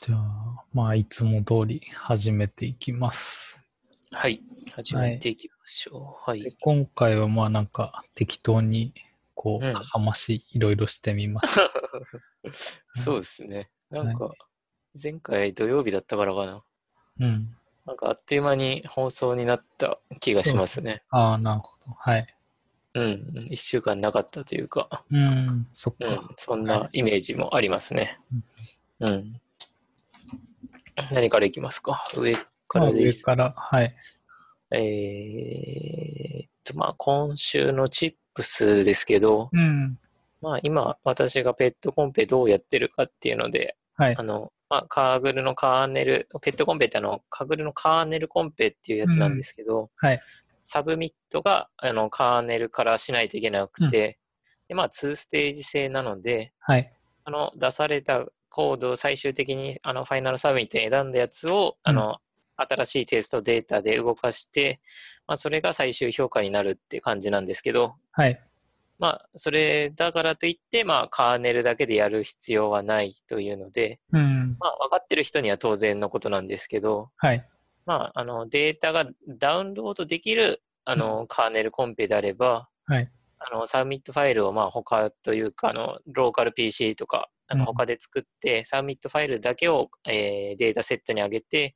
じゃあ、まあ、いつも通り始めていきます。はい。始めていきましょう。はい。で今回は、まあ、なんか、適当に、こうんう、かさ増し、いろいろしてみま した。そうですね。なんか、前回土曜日だったからかな。うん。なんかあっという間に放送になった気がしますね。ああ、なるほど。はい。うん。一週間なかったというか、うん、そっうかん。。そんなイメージもありますね。うん。何からいきますか上かまあらでいいで上すかから、はい。えーっと、まあ、今週のチップスですけど、うん。まあ、今、私がペットコンペどうやってるかっていうので、はいあ。の、まあ、カーグルのカーネル、ペットコンペってあの、カーグルのカーネルコンペっていうやつなんですけど、はいサブミットがあのカーネルからしないといけなくて、でまあ、2ステージ制なので、はい。あの出されたコードを最終的にあのファイナルサブミットに選んだやつを、あの新しいテストデータで動かして、まあ、それが最終評価になるって感じなんですけど、はい。まあ、それだからといって、まあ、カーネルだけでやる必要はないというので、うん。まあ、分かってる人には当然のことなんですけど、はい。まあ、あのデータがダウンロードできるあのカーネルコンペであれば、はいあのサブミットファイルをまあ他というかあの、ローカル PC とか、なんか他で作って、サブミットファイルだけを、えーデータセットに上げて、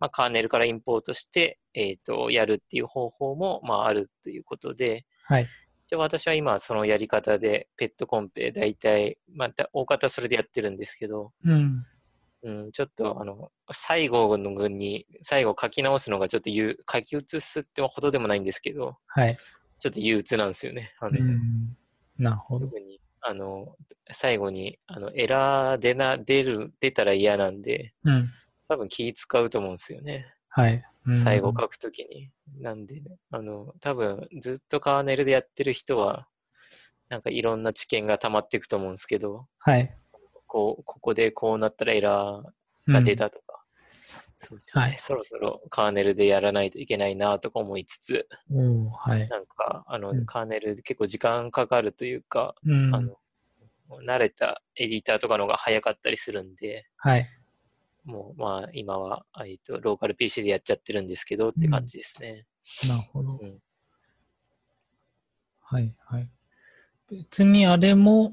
まあ、カーネルからインポートして、えー、とやるっていう方法も、まあ、あるということで、はい。一応私は今、そのやり方で、ペットコンペ、大体、また大方それでやってるんですけど、うん。うん、ちょっとあの最後の群に最後書き直すのがちょっと憂書き写すってほどでもないんですけどはい。ちょっと憂鬱なんですよね。あのうん。なるほど。特にあの最後にあのエラー出な出る出たら嫌なんでうん。多分気使うと思うんですよねはい。うん最後書くときに。なんであの多分ずっとカーネルでやってる人はなんかいろんな知見が溜まっていくと思うんですけどはい。こうここでこうなったらエラーうんが出たとか、そうですね、はいそろそろカーネルでやらないといけないなとか思いつつ、おーはい。なんかあの、うんカーネル結構時間かかるというか、うあん。の慣れたエディターとかの方が早かったりするんで、はい。もうまあ今は、えっと、ローカル PC でやっちゃってるんですけどって感じですね。なるほどうん。はいはい。別にあれも、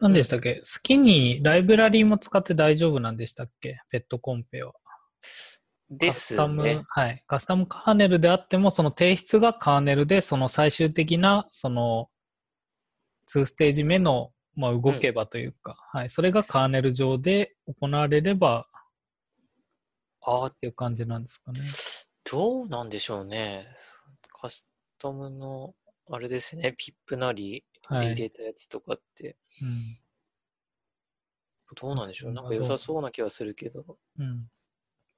何でしたっけ好きにライブラリーも使って大丈夫なんでしたっけペットコンペは。でカすスタムね。、はい。カスタムカーネルであっても、その提出がカーネルで、その最終的な、その、2ステージ目の、まあ、動けばというか、はい。それがカーネル上で行われれば、ああっていう感じなんですかね。どうなんでしょうね。カスタムの、あれですね、ピップなりではい入れたやつとかって、うん。どうなんでしょう。なんかど良うさそうな気はするけど。うん。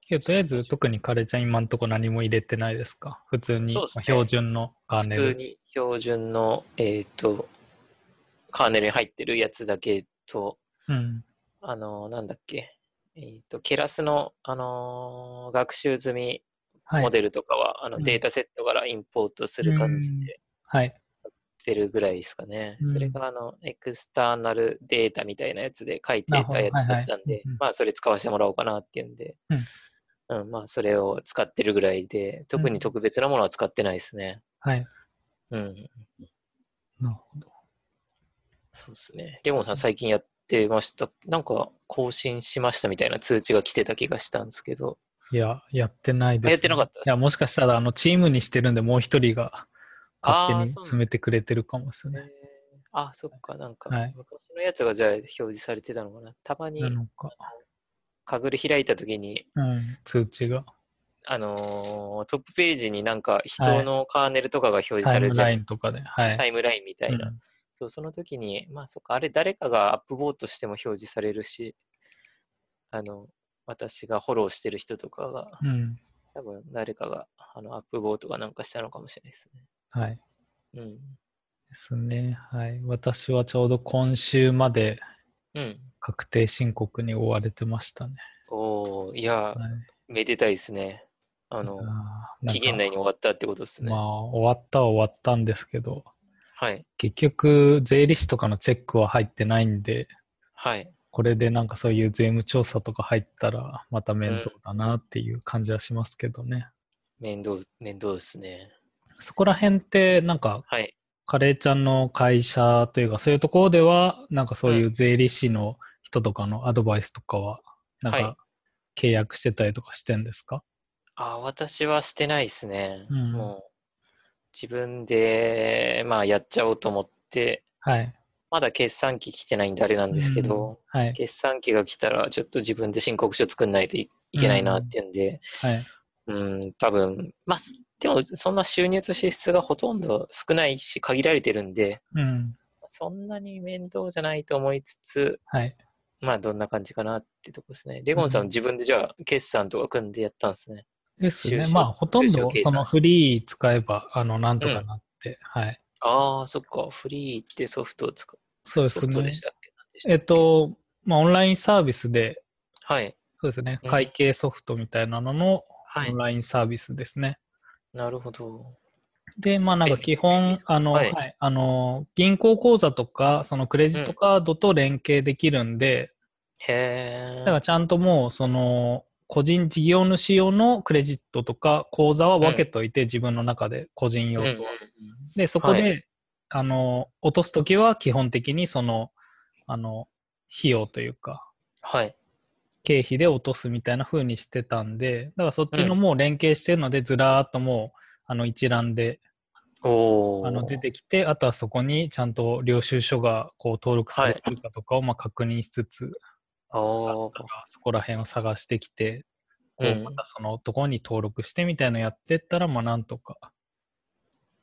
けど、とりあえず、特にカレちゃん今んとこ何も入れてないですか普通に、そうですね標準のカー普ネ通ル。に標準の、えっ、と、カーネルに入ってるやつだけと、うん。あのなんだっけ、えっ、と、ケラスの、あのー学習済みはい。モデルとかは、あうのんデータセットからインポートする感じでうんやっはい。てるぐらいですかね。うんそれが、あの、エクスターナルデータみたいなやつで書いてなるほどたやつだったんはいはいでうんうん、まあ、それ使わせてもらおうかなっていうんで、うん、まあ、それを使ってるぐらいで、特に特別なものは使ってないですね。はい。うんなるほど。そうですね。レモンさん、最近やってました。なんか、更新しましたみたいな通知が来てた気がしたんですけど。いや、やってないです、あやってなかったですいや、もしかしたら、あの、チームにしてるんで、もう一人が勝あ手ーにそうなんだ決めてくれてるかもしれない。あ、そっか、なんか、はい昔のやつがじゃあ表示されてたのかな。たまにな、のか。かぐる開いたときに、うん。通知が。あのートップページになんか人のカーネルとかが表示タさイれるムじゃん。ラインとかで。はい。タイムラインみたいな。うんそう、その時に、まあそっか、あれ誰かがアップボートしても表示されるし、あの、私がフォローしてる人とかが、うん。多分誰かがあのアップボートがなんかしたのかもしれないですね。はい。うん。ですね。はい。私はちょうど今週までうん。確定申告に追われてましたね。おおいや、はい。めでたいですね。あの、あー期限なんか内に終わったってことですね。まあ、終わったは終わったんですけど、はい。結局、税理士とかのチェックは入ってないんで、はい。これでなんかそういう税務調査とか入ったらまた面倒だなっていう感じはしますけどね。面倒、面倒ですね。そこら辺ってなんかはい。カレーちゃんの会社というかそういうところではなんかそういう税理士の人とかのアドバイスとかはなんはか契約してたりとかしてんですか、あ、私はしてないですね。うんもう、自分で、まあ、やっちゃおうと思って、はい、まだ決算期来てないんであれなんですけど、はい決算期が来たら、ちょっと自分で申告書作んないといいけないなっていうんで、はいうん、多分、まあ、すでも、そんな収入と支出がほとんど少ないし、限られてるんで、うんそんなに面倒じゃないと思いつつ、はいまあ、どんな感じかなってとこですね。レゴンさうん、ん自分でじゃあ、決算とか組んでやったんですね。です収ね支まあほとん収支をど計算そのフリー使えばあのなんとかなって、はいああ、そっか、フリーってソフトを使う。そうでソフトですしねたっけ何でしたえっっけとまあオンラインサービスではい。そうですねうん会計ソフトみたいなののはオいン。ラインサービスですね、なるほど。で、まあなんか基便利本です、あの、ははいい、あの、銀行口座とか、そのクレジットカードと連携できるんで、へえ。だからちゃんともう、その、個人事業主用のクレジットとか口座は分けといて、自分の中で個人用うんとうは。んうんで、そこで、はあの、落とすときは基本的にその、あの、費用というか、はい。経費で落とすみたいな風にしてたんで、だからそっちのもう連携してるので、ずらーっともう、あの、一覧でおお。あの出てきて、あとはそこにちゃんと領収書がこう登録されてるかとかをまあ確認しつつ、おーだからそこら辺を探してきて、こううんまたそのところに登録してみたいなのやってったら、まあなんとか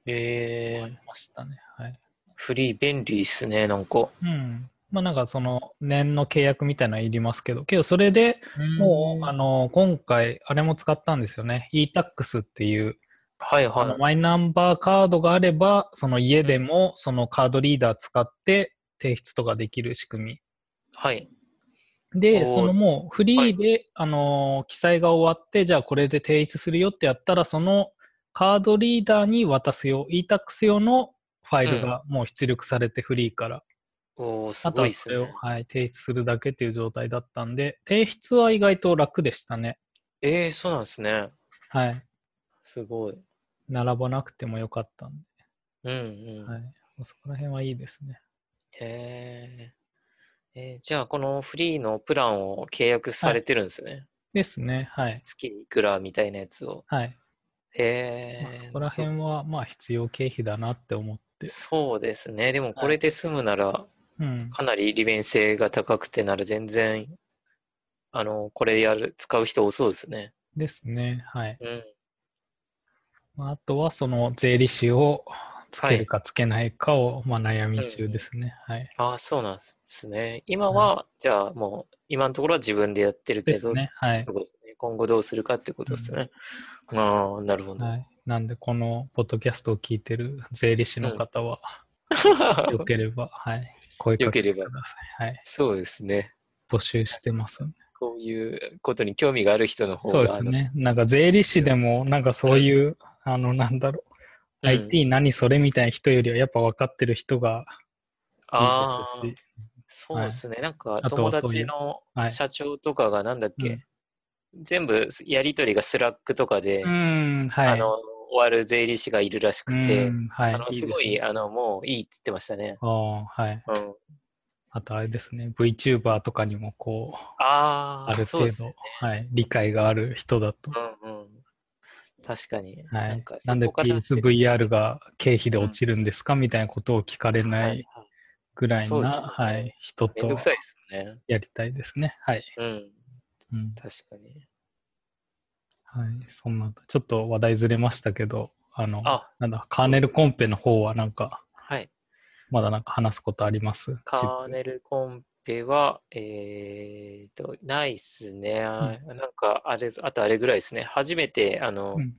へなえり。ましたね。はい。フリー便利っすね、なんか。うん。まあなんかその年の契約みたいなのいりますけど、けどそれでもう、あの、今回あれも使ったんですよね。e-tax っていう、はいあのはマイナンバーカードがあれば、その家でもそのカードリーダー使って提出とかできる仕組み。い。はい。おーで、そのもうフリーはで、あのー記載が終わって、じゃあこれで提出するよってやったら、そのカードリーダーに渡すよ、e-tax 用のファイルがもう出力されてフリーから、おお、すあとごいはっそすれを、ね。はい、提出するだけっていう状態だったんで、提出は意外と楽でしたね。ええー、そうなんですね。はい。すごい。並ばなくてもよかったんうんうで、ん。はい。そこら辺はいいですね。へえ。えーじゃあ、このフリーのプランを契約されてるんですね。ですね。はい。月いくらみたいなやつを。はい。へまあえ。そこら辺は、まあ必要経費だなって思って。そうですね。でもいこれで済むなら、うん。かなり利便性が高くてなら全然、あの、これやる、使う人多そうですね。ですね。はい。うん。まあ、あとはその税理士をつけるかつけないかを、まあ、悩み中ですね。はい。ああ、そうなんですね。今は、じゃあもう、今のところは自分でやってるけですど、ね。はいって。ことですね今後どうするかってことですね。ああ、なるほど。はい、なんで、このポッドキャストを聞いてる税理士の方は、よければ、はい。声かけてください。はい。 そうですね。募集してます、ね。こういうことに興味がある人の方がそ、うですね。なんか税理士でも、なんかそういう、あの、なんだろう。うん IT 何それみたいな人よりはやっぱ分かってる人がいいああ、ですし、そうですね、なんかあと友はそうい達うのはい社長とかがなんだっけ、うん全部やり取りがスラックとかで、うん、はい。あの終わる税理士がいるらしくて、うん、はい。あのですねごいあのもういいって言ってましたね。ああ、はい。うん、あとあれですね、VTuber とかにもこう、あああ、るそう程で度すね、はい、理解がある人だと。うんうん。確かはに。い、ななんんかでそこから説明して PSVR が経費で落ちるんですか、みたいなことを聞かれはないいぐらいな、そうですよねはい、人めんとどくさいですよね。やりたいですね。はい。うん、うん確かに。はい、そんな、ちょっと話題ずれましたけど、あの、あなんだ、カーネルコンペの方はなんか、はい。まだなんか話すことありますチカッープネルコンペは、えー、と、ないっすね。なんか、あれ、あとあれぐらいですね。初めて、あの、うん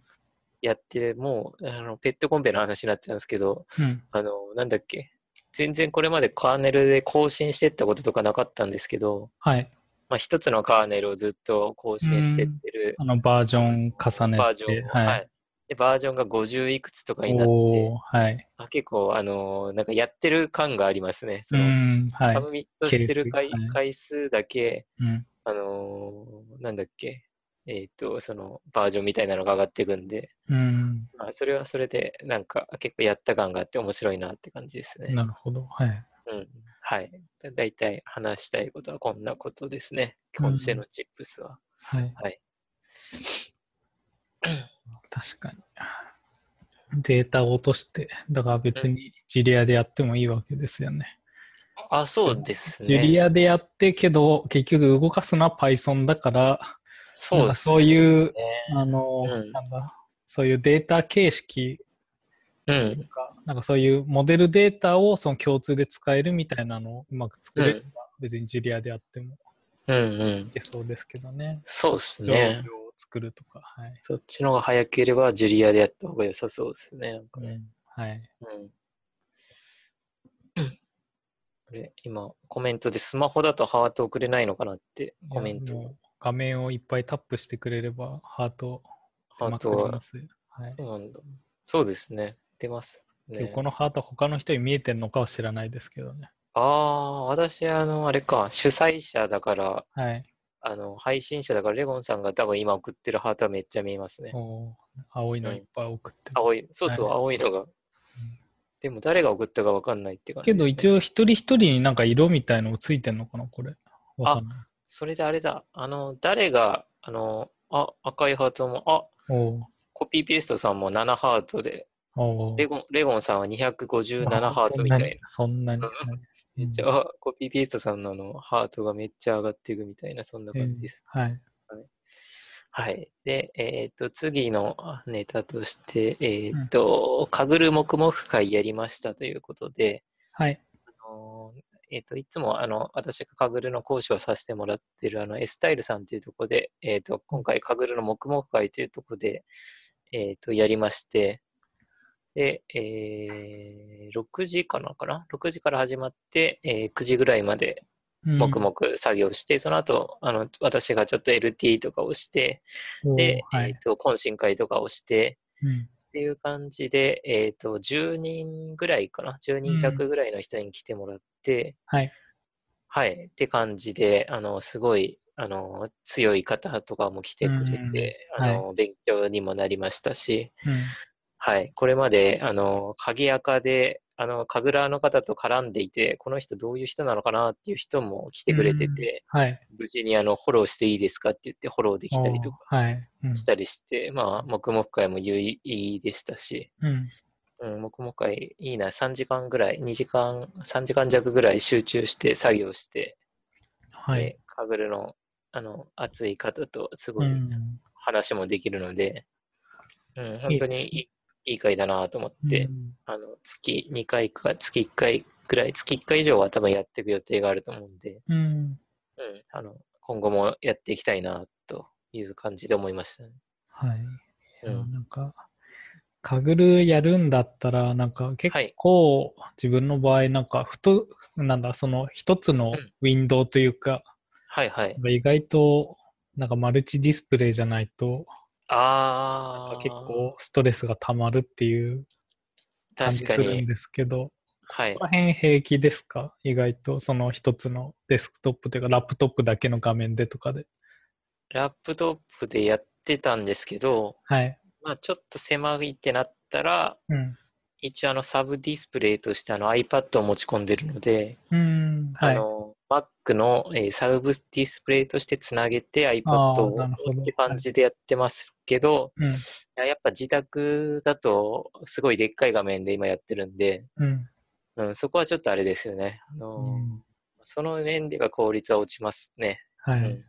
やって、もう、あの、ペットコンペの話になっちゃうんですけど、うん、あの、なんだっけ。全然これまでカーネルで更新してったこととかなかったんですけど、はい。まあ、一つのカーネルをずっと更新してってるあの、バージョン重ねて、バージョンを、はい。で、バージョンが50いくつとかになって、おーはい。あ結構、あのーなんかやってる感がありますね。そうのん、はいサ。ブミットしてる回,、はい回数だけ、うん、あのーなんだっけ、えっ、と、そのバージョンみたいなのが上がっていくんで、うん、まあ、それはそれで、なんか結構やった感があって面白いなって感じですね。なるほど。はい。うん、はい。だ大体話したいことはこんなことですね。今週のチップスは。はい。はい確かに。データを落として、だから別にジュリアでやってもいいわけですよね。あ、そうですね。ジュリアでやってけど、結局動かすのは Python だから、そなんうかです、そういう、ね。あの、うんなんだ、そういうデータ形式うんと。か、なんかそういうモデルデータをその共通で使えるみたいなのをうまく作れるば、別にジュリアでやってもうんうんい。けそうですけどね。そうです情ね。報を作るとか、はい。そっちの方が早ければジュリアでやった方が良さそうですね。なんうかねんはい。うん、あれ今、コメントでスマホだとハート送れないのかなってコメンいやトも。う画面をいっぱいタップしてくれれば、ハートハ出ーまくトりはま。すよ。はい。そうなんだ。そうですね。出ます、ね。今日このハート他の人に見えてるのかは知らないですけどね。ああ、私、あの、あれか、主催者だから、はい。あの、配信者だから、レゴンさんが多分今送ってるハートはめっちゃ見えますね。おー青いのいっぱい送ってる。青い、そうそう、はい青いのが。でも、誰が送ったかわかんないって感じけです、どね。一応。応一人一人になんか色みたいのもついてんのかな、これ。わかんない。それであれだ、あの、誰が、あの、あ、赤いハートも、あ、おーコピーペーストさんも7ハートで、おーレゴンレゴンさんは257ハートみたいな。そんなに。うんそんなにめっちゃ、あコピーペーストさんのあのハートがめっちゃ上がっていくみたいな、そんなうん感じです。はい。はい。で、えーっと、次のネタとして、えーっと、かぐるもくもく会やりましたということで、はい。あのーえーっと、いつも、あの、私がかぐるの講師をさせてもらってる、あの、エスタイルさんというところで、えーっと、今回、かぐるのもくもく会というところで、えーっと、やりまして、で、えー6時かなかな ?6 時から始まって、えー9時ぐらいまで、うん黙々作業して、その後あの私がちょっと LT とかをして、で、おーはえいー、と懇親会とかをしてうんっていう感じで、えー、と10人ぐらいかな10人弱ぐらいの人に来てもらって、はい。はいって感じであのすごいあの強い方とかも来てくれて、うんうんあの勉強にもなりましたし、うんはい、これまであの鍵垢であの神楽の方と絡んでいてこの人どういう人なのかなっていう人も来てくれてて。はい。無事にあのフォローしていいですかって言ってフォローできたりとかおーはい。うんしたりして、まあ、黙々会も有意義でしたし、うん。うん、黙々会いいな、3時間ぐらい、2時間、3時間弱ぐらい集中して作業して、はいで。カグルのあの熱い方とすごういん話もできるので、うん本当にいいいい会だなと思って、うんあの月2回か月1回ぐらい、月1回以上は多分やっていく予定があると思うんで、うん。うん、あの今後もやっていきたいなという感じで思いましたね。はい。うあん、なんか、かぐるやるんだったら、なんか結構自分の場合、なんかふと、なんだ、その一つのうんウィンドウというか、はいはいな。んか意外と、なんかマルチディスプレイじゃないと、ああ、結構ストレスがたまるっていう感じ確すかるんに。ですけど、はいこ。の辺平気ですか意外と、その一つのデスクトップというか、ラップトップだけの画面でとかで。ラップトップでやってたんですけど、はい。まあ、ちょっと狭いってなったら、うん。一応あのサブディスプレイとしてあの iPad を持ち込んでるので、うん。はい。あの Mac の、えーサブディスプレイとしてつなげて iPad あーをなるほどって感じでやってますけど、うん。いややっぱ自宅だとすごいでっかい画面で今やってるんで、うん。うん、そこはちょっとあれですよね。あのうんその面では効率は落ちますね。はういん。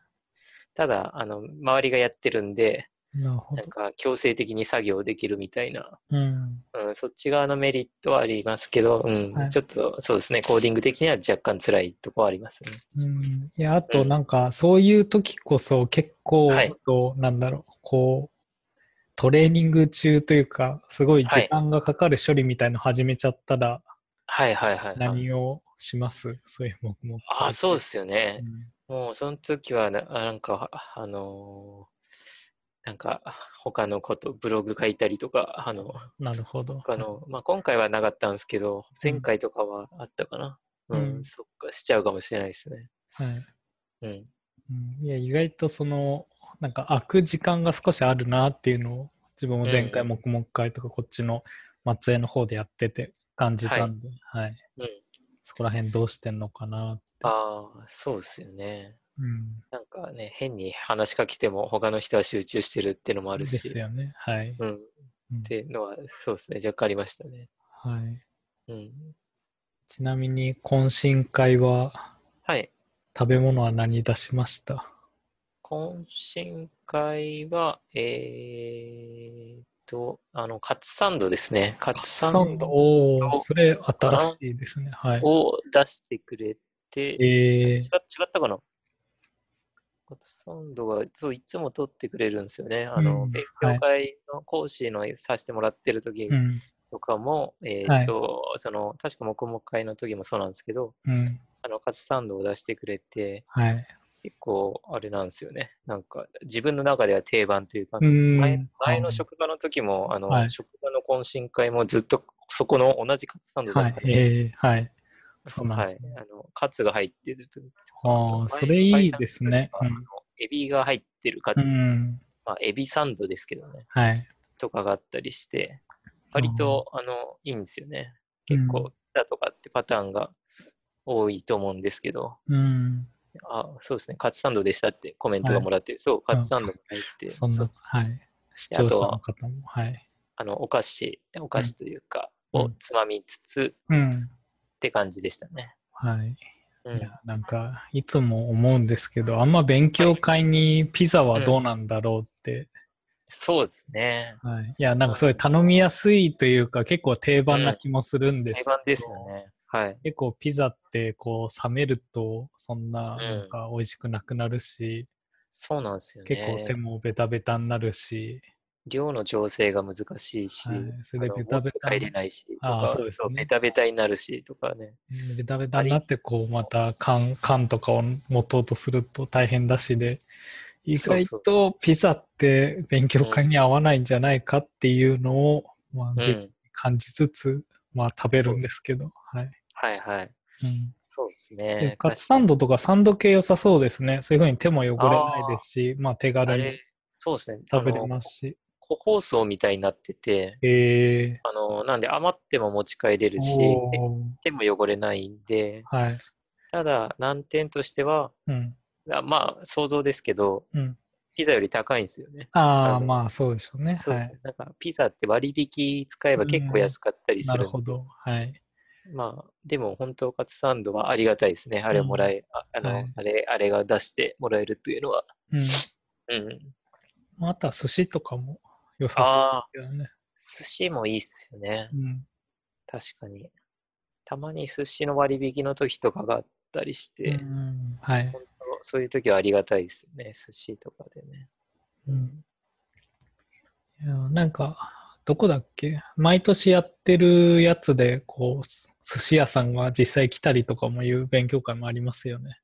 ただあの、周りがやってるんで、なるほなどん。か強制的に作業できるみたいな、うん。うん、そっち側のメリットはありますけど、うんはいちょっとそうですね、コーディング的には若干辛いとこはありますね。うん、いや、あとうんなんか、そういう時こそ結構、はあいと、なんだろう、こう、トレーニング中というか、すごいはい時間がかかる処理みたいの始めちゃったら、はいはいはい、はい。何をしますそういう僕も。ああ、そうですようね。んもうその時はな、あなんか、あのーなんか、他のこと、ブログ書いたりとか、あの、なるほど。他の、まあ、今回はなかったんですけど、前回とかはあったかな。うん、うんそっか、しちゃうかもしれないですね。はいうん。うんいや、意外とその、なんか開く時間が少しあるなっていうのを、自分も前回、うん黙々会とか、こっちの松江の方でやってて感じたんで、はい。うん。そこら辺どうしてんのかなって。ああ、そうですよね。うん。なんかね、変に話しかけても他の人は集中してるってのもあるし。ですよね。はい。うん。っうんてのは、そうですね、若干ありましたね。はい、うん。ちなみに、懇親会は、はい。食べ物は何出しました懇親会は、えーっと、あの、カツサンドですね。カツササンンド、ドおーそれ新しいですね。はい。を出してくれて、え違違ったかなカツサンドが、そう、いつも取ってくれるんですよね。あうの、ん勉は強い会の講師のさせてもらってる時ー、うん、とかも、えーっと、その、確か黙々会の時もそうなんですけど、うん、あの、カツサンドを出してくれて、はい。結構、あれなんですよね。なんか、自分の中では定番というか、うん前前の職場の時も、あの、はい職場の懇親会もずっとそこの同じカツサンドだはっいた、んで、えー、はい。そうなんですねはい、あのカツが入ってると。ああ、前それいいですね。会社の時はあのエビが入ってるカツ、うん、うん、まあ、エビサンドですけどね、はい。とかがあったりして、割と、あの、いいんですよね。結うん構、だとかってパターンが多いと思うんですけど、うん、あ、そうですね、カツサンドでしたってコメントがもらって、そう、カツサンドも入って、そんそなう、はい。視聴者の方も、はい。あの、お菓子、お菓子というか、うんをつまみつつうん、って感じでしたね。はい。ういんや、なんか、いつも思うんですけど、あんま勉強会にピザはどうなんだろうって、そうですね。はい。いや、なんかそれ頼みやすいというか、結構定番な気もするんですけ定ど番ですよね。はい。結構ピザってこう冷めるとそんなうんなんか美味しくなくなるし、そうなんですよ結構手ね。もベタベタになるし、量の調整が難しいし、はいそれであベのタベタ持って帰れないしとああか、そうですねベタベタになるしとかね。ベタベタになってこうまた缶缶とかを持とうとすると大変だしで意外そうとピザって勉強会に合わないんじゃないかっていうのを、まうあ、ん。感じつつ、まあ、食べるんですけど、はいはいはい。うんそうですでね。カツサンドドとかサンド系良さそうですねそういうふうに手も汚れないですしまあ、手あ軽にれ、そうですね。食べれあのますし。個包装みたいになってて、えあの、なんで余っても持ち帰れー、るし、おー手も汚れないんで、はい。ただ難点としては、うん。あまあ想像ですけど、うん。ピザより高いんですよね。あああ、のまあそうでしょうね。そうはですいね。。なんかピザって割引使えば結構安かったりすなるんでるほど。はい。まあ、でも本当、カツサンドはありがたいですね。あれをもらえ、ああの、はいあれ、あれが出してもらえるっていうのは。うん。うん。まあ、あとは寿司とかも良さああ、そうですけどね。寿司もいいっすよねう。ん。確かに。たまに寿司の割引の時とかがあったりしうて、ん、はい。本当そういう時はありがたいですよね。寿司とかでね。うん。いやなんか、どこだっけ毎年やってるやつで、こう、す寿司屋さんが実際来たりとかもいう勉強会もありますよね。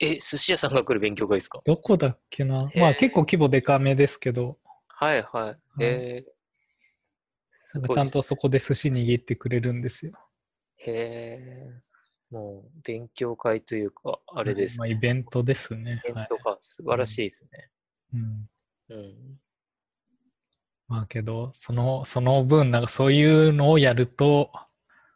え、寿司屋さんが来る勉強会ですかどこだっけなへーまあ結構規模でかめですけど、はいはい。へなんかちゃんとそこで寿司握ってくれるんですよ。え、へえ。もう、勉強会というか、あれですまあ、ね。イベントですね。イベはンいトか、素晴らしいですね。うん、うん。まあけど、その、その分、なんかそういうのをやると、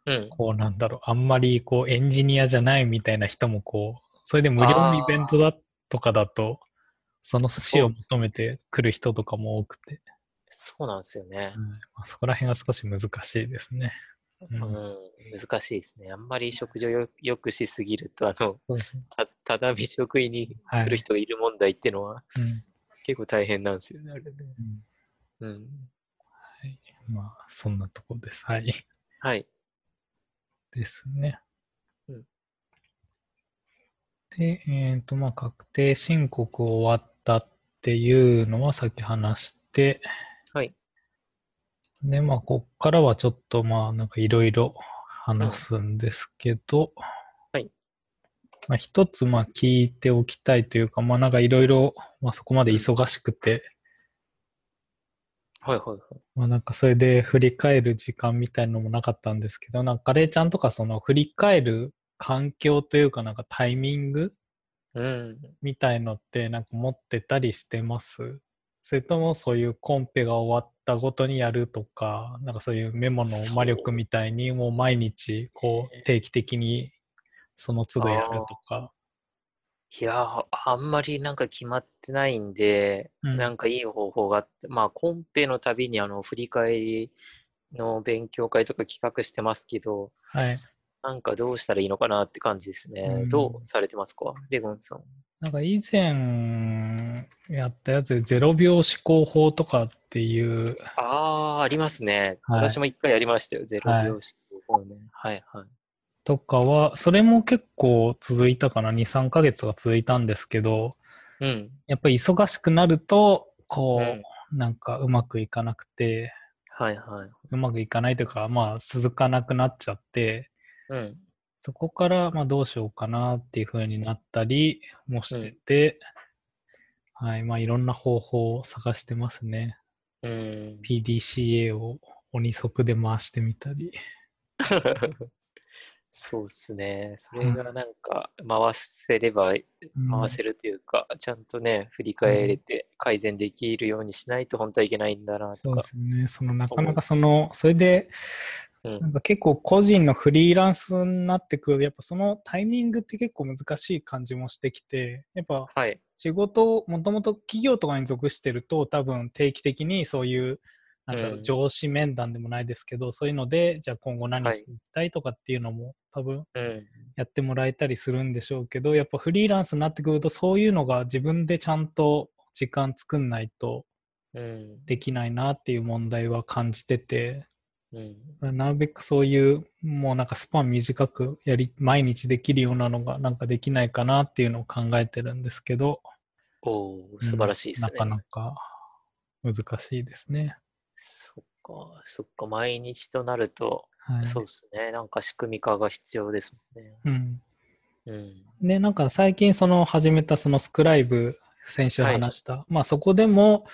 うん。こうなんだろう、あんまりこうエンジニアじゃないみたいな人もこう、それで無料のイベントだとかだと、その寿司を求めてくる人とかも多くて、そうなんですよねうん。まあ、そこら辺が少し難しいですね。ううんん、難しいですね。あんまり食事をよよくしすぎると、あの、た、ただ飯を食いにはい来る人がいる問題っていうのはうん結構大変なんですよね、あれね。うんうん。まあ、そんなとこです。はい。はい。ですね。うんで、えっ、と、まあ、確定申告終わったっていうのはさっき話して、はい。で、まあ、こっからはちょっと、まあ、なんかいろいろ話すんですけど、はい。まあ、一つ、まあ、聞いておきたいというか、まあ、なんかいろいろ、まあ、そこまで忙しくて、はいはいはい。まあなんかそれで振り返る時間みたいのもなかったんですけど、なんかカレーちゃんとかその振り返る環境というかなんかタイミングうん。みたいのってなんか持ってたりしてますそれともそういうコンペが終わったごとにやるとか、なんかそういうメモの魔力みたいにもう毎日こう定期的にその都度やるとか。いやー、あんまりなんか決まってないんで、うんなんかいい方法があって、まあコンペのたびにあの振り返りの勉強会とか企画してますけど、はい。なんかどうしたらいいのかなって感じですね。うんどうされてますかレゴンさん。なんか以前やったやつで0秒思考法とかっていうああー、ありますね。はい私も一回やりましたよ。ゼロはい秒思考法ね。はいはい。とかは、それも結構続いたかな、2、3ヶ月は続いたんですけど、うん。やっぱり忙しくなると、うこんう、なんかうまくいかなくて、はいはい。うまくいかないというか、まあ続かなくなっちゃって、うん。そこからまあどうしようかなっていう風になったりもしてて、はい、まあいろんな方法を探してますね。うん PDCA を鬼速で回してみたり。 そうっすね。それがなんか回せればうん回せるというか、ちゃんとね、振り返れて改善できるようにしないと本当はいけないんだなそとうでか。すね。そのなかなかその、それで、うんなんか結構個人のフリーランスになってくると、やっぱそのタイミングって結構難しい感じもしてきて、やっぱはい。仕事をもともと企業とかに属してると、多分定期的にそういう、なんだろううん上司面談でもないですけど、そういうので、じゃあ今後何していきたいとかっていうのも、多分うん。やってもらえたりするんでしょうけど、やっぱフリーランスになってくると、そういうのが自分でちゃんと時間作んないと、うん。できないなっていう問題は感じてて、うん。なるべくそういう、もうなんかスパン短くやり、毎日できるようなのがなんかできないかなっていうのを考えてるんですけど、おお、素晴らしいですね。うんなかなか難しいですね。そっか、そっか、毎日となると、はい。そうですね、なんか仕組み化が必要ですもんね。うん。うん。で、なんか最近その始めたそのスクライブ、先週話した、まあそこでも、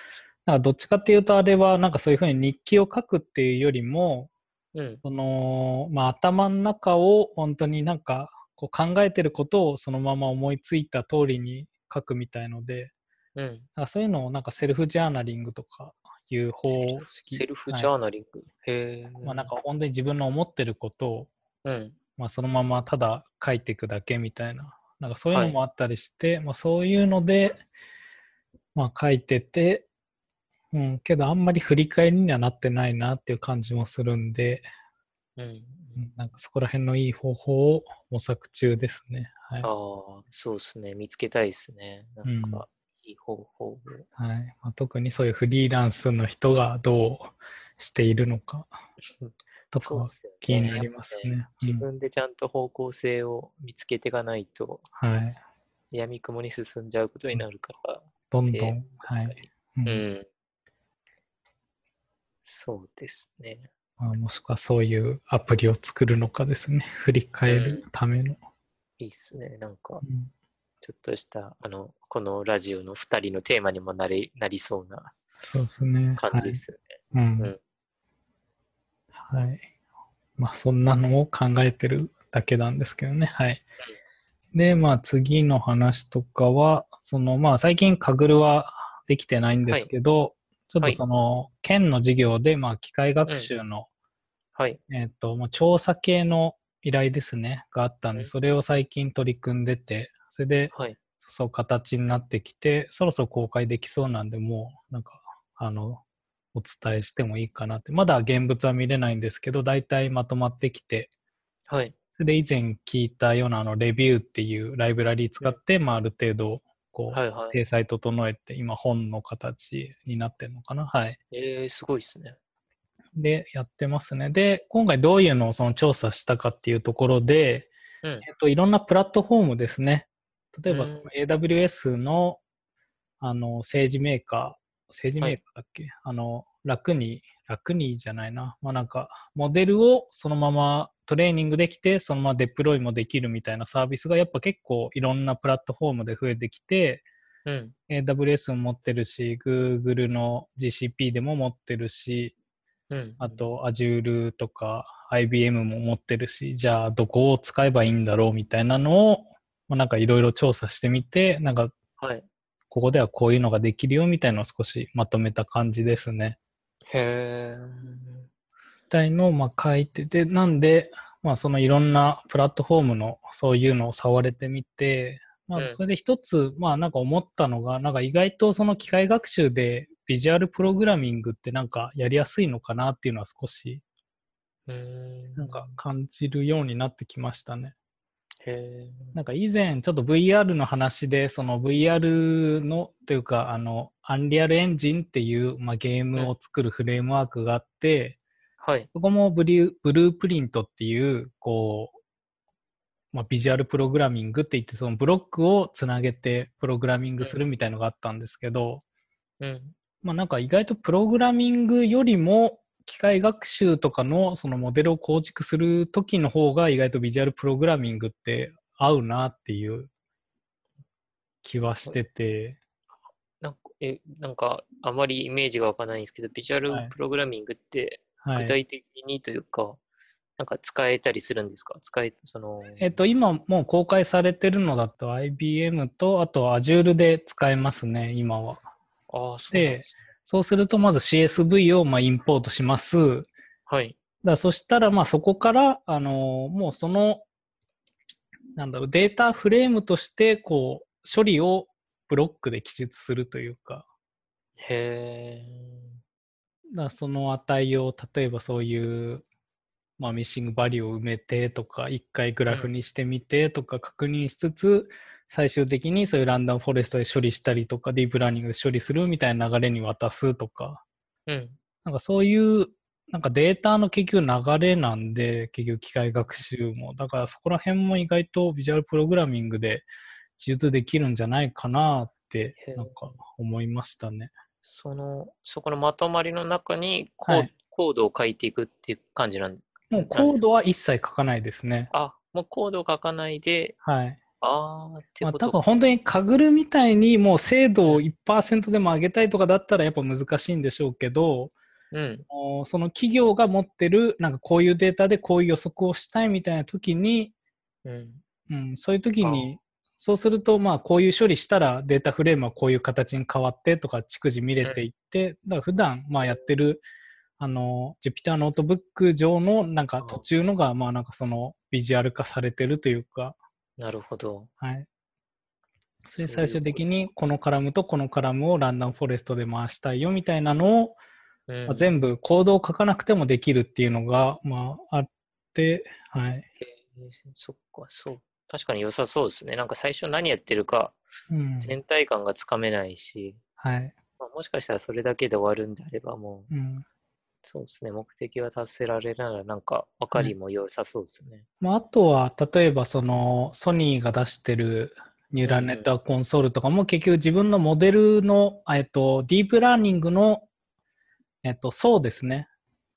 なんかどっちかっていうとあれはなんかそういうふうに日記を書くっていうよりも、うん。その、まあ、頭の中を本当になんかこう考えてることをそのまま思いついた通りに書くみたいので、うん。なんかそういうのをなんかセルフジャーナリングとかいう方式。 セルフはいジャーナリング。へえ。まあ、なんか本当に自分の思ってることを、うん。まあ、そのままただ書いていくだけみたいな、なんかそういうのもあったりして、まあ、そういうので、まあ、書いてて、うん、けどあんまり振り返りにはなってないなっていう感じもするんで、うん。うんなんかそこら辺のいい方法を模索中ですね。はい。ああ、そうですね、見つけたいですね。なんか、いい方法を。はいまあ、特にそういうフリーランスの人がどうしているのかとかそうっはすよね気になりますね。やっぱ自うん分でちゃんと方向性を見つけていかないと、はい。闇雲に進んじゃうことになるから。どんどでん。はい。うんうん。そうですね。まあ、もしくはそういうアプリを作るのかですね。振り返るための。いいっすね。なんか、うんちょっとした、あの、このラジオの2人のテーマにもなりなりそうなそうですね。感じですよはね。い。うんうんはい。まあ、そんなのを考えてるだけなんですけどね。はい。で、まあ、次の話とかは、その、まあ、最近、カグルはできてないんですけど、ちょっとはいその、県の授業で、まあ、機械学習の、はい。えっ、と、まあ、調査系の依頼ですね、があったんうで、んそれを最近取り組んでて、それで、はい。そう、形になってきて、そろそろ公開できそうなんで、もう、なんか、あの、お伝えしてもいいかなって。まだ現物は見れないんですけど、大体まとまってきて、はい。それで以前聞いたようなあのレビューっていうライブラリー使って、まあ、ある程度、こう、はい。はい。体裁整えて、今本の形になってるのかな。はい。えー、すごいっすね。で、やってますね。で、今回どういうのをその調査したかっていうところで、うん。えっと、いろんなプラットフォームですね。例えうばんその AWS のあの政治メーカー、政治メーカーだっけ、あの楽に、楽にじゃないな、まあ、なんかモデルをそのままトレーニングできて、そのままデプロイもできるみたいなサービスがやっぱ結構いろんなプラットフォームで増えてきて、うん。 AWS も持ってるし、Google の GCP でも持ってるし、うん。あと Azure とか IBM も持ってるし、じゃあどこを使えばいいんだろうみたいなのを、まあ、なんかいろいろ調査してみて、なんかはい。ここではこういうのができるよみたいなのを少しまとめた感じですね。へみたいのをまあ書いてて、なんで、まあそのいろんなプラットフォームのそういうのを触れてみて、まうあんそれで一つ、まあなんか思ったのが、なんか意外とその機械学習でビジュアルプログラミングってなんかやりやすいのかなっていうのは少しえ。うん。なんか感じるようになってきましたね。へえ。なんか以前ちょっと VR の話でその VR のというかあのアンリアルエンジンっていう、まあ、ゲームを作るフレームワークがあってはい。そこもブリューブループリントっていうこう、まあ、ビジュアルプログラミングって言ってそのブロックをつなげてプログラミングするみたいのがあったんですけど、うん。まあ、なんか意外とプログラミングよりも機械学習とかのそのモデルを構築する時の方が意外とビジュアルプログラミングって合うなっていう気はしてて、なんか、え、なんか、あまりイメージがわかないんですけど、ビジュアはいルプログラミングって、は具い体的にというか、なんか使えたりするんですか使え、その、えっと、今もう公開されてるのだと IBM とあと Azure で使えますね今は。ああ、そうなんですねそうするとまず CSV をまあインポートします。はい。だからそしたら、まあ、そこから、あのーもうその、なんだろう、データフレームとして、こう、処理をブロックで記述するというか、へだからその値を、例えばそういう、まあ、ミッシングバリューを埋めてとか、一回グラフにしてみてとか確認しつつ、最終的にそういうランダムフォレストで処理したりとか、ディープラーニングで処理するみたいな流れに渡すとか、え。うん。なんかそういう、なんかデータの結局流れなんで、結局機械学習も。だからそこら辺も意外とビジュアルプログラミングで記述できるんじゃないかなってへ、ーなんか思いましたね。その、そこのまとまりの中にコ,、はいコードを書いていくっていう感じなんで。もうコードは一切書かないですね。あ、もうコードを書かないで、はい。ああ、ってまあこ多と分本当にカグルみたいにもう精度を1%でも上げたいとかだったらやっぱ難しいんでしょうけど、うん。おその企業が持ってるなんかこういうデータでこういう予測をしたいみたいな時にうん。うん、そういう時に、そうすると、まあ、こういう処理したらデータフレームはこういう形に変わってとか、逐次見れていって、だから普段、まあ、やってる、あの、Jupyter ノートブック上の、なんかうん途中のが、まあ、なんかその、ビジュアル化されてるというか、なるほど。はい。それでそうい最う終的に、このカラムとこのカラムをランダムフォレストで回したいよみたいなのを、うんまあ、全部コードを書かなくてもできるっていうのが、まあ、あって、はい。えーそっか、そう。確かに良さそうですね。なんか最初何やってるかうん。全体感がつかめないし、はい。まあ、もしかしたらそれだけで終わるんであれば、もう、うん。そうですね。目的が達せられるなら、なんか分かりも良さそうですね。まあ、あとは、例えばそのソニーが出してるニューラルネットワークコンソールとかも結局自分のモデルの、えっと、ディープラーニングの、えっと、そうですね。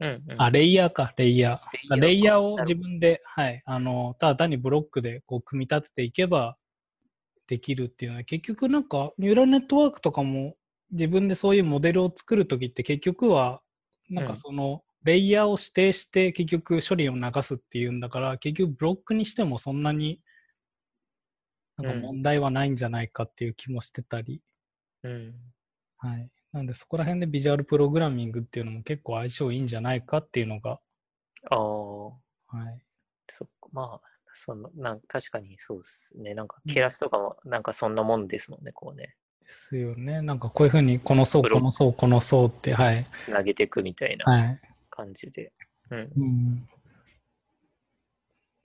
うん、うん。あ、レイヤーか、レイヤー。レイヤーをな自る分で、はい、あの、ただ単にブロックでこう組み立てていけばできるっていうのは、結局なんかニューラルネットワークとかも自分でそういうモデルを作るときって結局は、なんうかんその、レイヤーを指定して結局処理を流すっていうんだから、結局ブロックにしてもそんなになんかうん問題はないんじゃないかっていう気もしてたり、うん。はい。なんでそこら辺でビジュアルプログラミングっていうのも結構相性いいんじゃないかっていうのが、ああ。はい。そっか、まあ、そのなん確かにそうですね。なんか、うんケラスとかも、なんかそんなもんですもんね、こうね、ですよね。なんかこういうふうに、この層、ブロこの層、この層って、はい。つなげていくみたいなはい。感じで。うん。うん。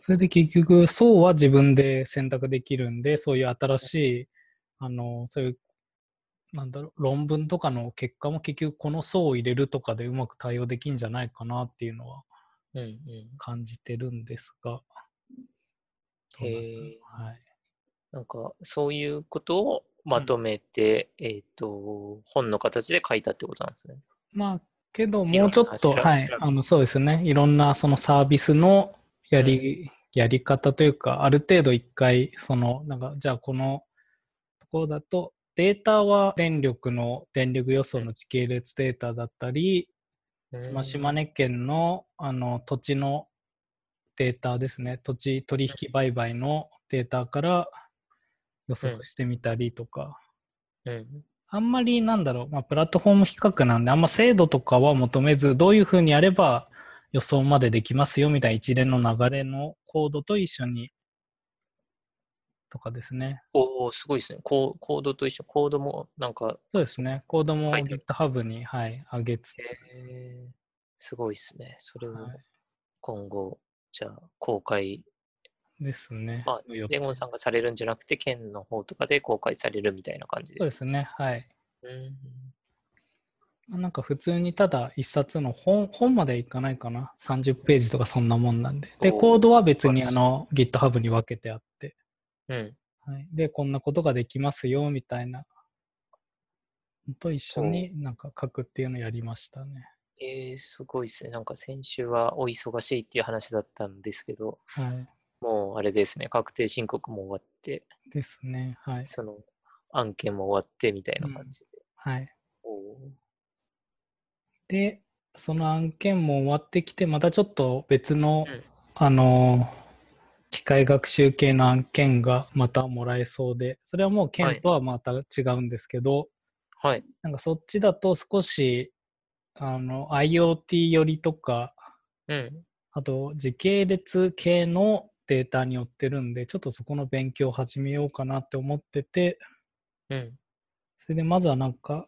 それで結局、層は自分で選択できるんで、そういう新しい、あの、そういう、なんだろう、論文とかの結果も結局、この層を入れるとかでうまく対応できんじゃないかなっていうのはうんうん。感じてるんですが。へええ。はい。なんか、そういうことをまとめて、えっ、と、本の形で書いたってことなんですね。まあ、けど、いろもうんなちょっと、調べはい調べ、あの、そうですね。いろんな、そのサービスのやり、やり方というか、ある程度一回、その、なんか、じゃあ、このところだと、データは電力の電力予想の地形列データだったり、その島根県のあの土地のデータですね、土地取引売買のデータから予測してみたりとか、うん。あんまりなんだろう、まあ、プラットフォーム比較なんで、あんま精度とかは求めず、どういうふうにやれば予想までできますよみたいな一連の流れのコードと一緒にとかですね。おおすごいですね。コーコードと一緒。コードもなんか、そうですね、コードもはい GitHub に、はい、上げつつ、えーすごいですね。それをはい今後、じゃあ公開、ですね。まあそういうレゴンさんがされるんじゃなくて、県の方とかで公開されるみたいな感じそうで。ですすね、はい。うんまあなんか普通にただ一冊の本本までいかないかな30ページとかそんなもんなんででおーコードは別に素晴らしいあの GitHub に分けてあって、うん。はい、でこんなことができますよみたいなのと一緒になんか書くっていうのやりましたね、えー、すごいですね。なんか先週はお忙しいっていう話だったんですけど、はもうあれですね、確定申告も終わって、い、ですねはい、その案件も終わってみたいな感じで。はい、おーでその案件も終わってきてまたちょっと別の、うんあのー機械学習系の案件がまたもらえそうでそれはもうは県いとはまた違うんですけど、はい。なんかそっちだと少しあの IoT 寄りとか、うん。あと時系列系のデータに寄ってるんで、ちょっとそこの勉強を始めようかなって思ってて、うん。それでまずはなんか、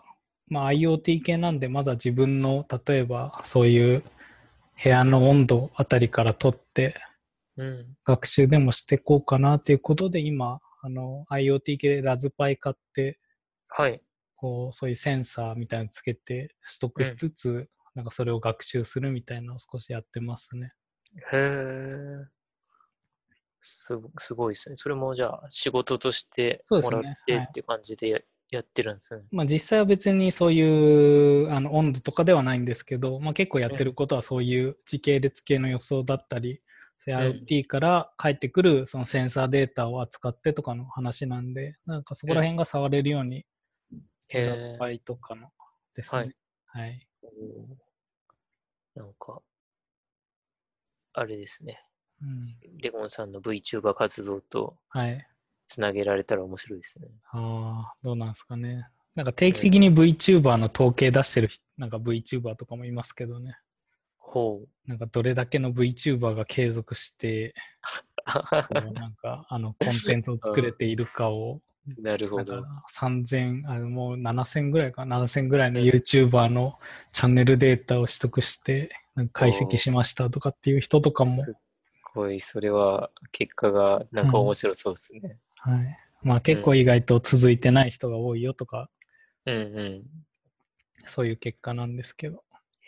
まあ、IoT 系なんで、まずは自分の例えばそういう部屋の温度あたりから取って、うん。学習でもしていこうかなということで、今、あの IoT 系でラズパイ買って、はい。こう、そういうセンサーみたいなのつけて、取得しつつ、なんかそれを学習するみたいなのを少しやってますね。へえ。すごすごいですね。それもじゃあ仕事としてそうですもねらってはいって感じでや,、やってるんですね。まあ実際は別にそういう、あの、温度とかではないんですけど、まあ結構やってることはそういう時系列系の予想だったり、そういう IoT から返ってくるそのセンサーデータを扱ってとかの話なんで、なんかそこら辺が触れるように、へラズえ。パイとかのですね。はい。おーなんか、あれですね。うん。レゴンさんの VTuber 活動とはい。つなげられたら面白いですね。ああ、どうなんですかね。なんか定期的に VTuber の統計出してる人、なんか VTuber とかもいますけどね。ほう。なんかどれだけの VTuber が継続して、こうなんかあのコンテンツを作れているかを、な るなほんど。か3000、あのもう7000ぐらいか、7000ぐらいの YouTuber のチャンネルデータを取得して、なんか解析しましたとかっていう人とかもす、っごい、それは結果がなんか面白そうですね。はい。まあ結構意外と続いてない人が多いよとか、うんうん。そういう結果なんですけど。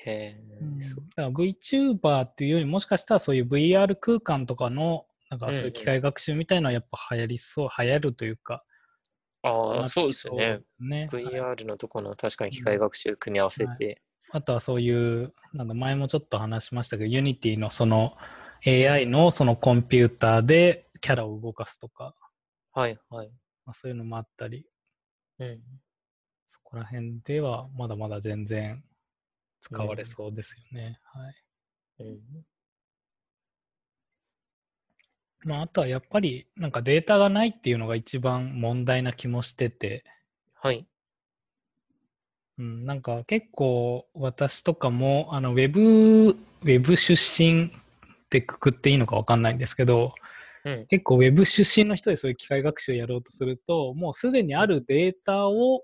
へえ、だそかう。ら VTuber っていうよりもしかしたらそういう VR 空間とかのなんかそういう機械学習みたいのはやっぱ流行りそう、流行るというか。ああ、そうですよね。ねはい VR のとこの確かに機械学習組み合わせて、あとはそういう、なんだ前もちょっと話しましたけど、Unity のその AI のそのコンピューターでキャラを動かすとか、はいはい。まあ、そういうのもあったり、うん、そこら辺ではまだまだ全然使われそうですよね。はい。うん、まあ、あとはやっぱりなんかデータがないっていうのが一番問題な気もしてて、はい。うん、なんか結構私とかもあのウェブウェブ出身ってくくっていいのかわかんないんですけどうん、結構ウェブ出身の人でそういう機械学習やろうとするともうすでにあるデータを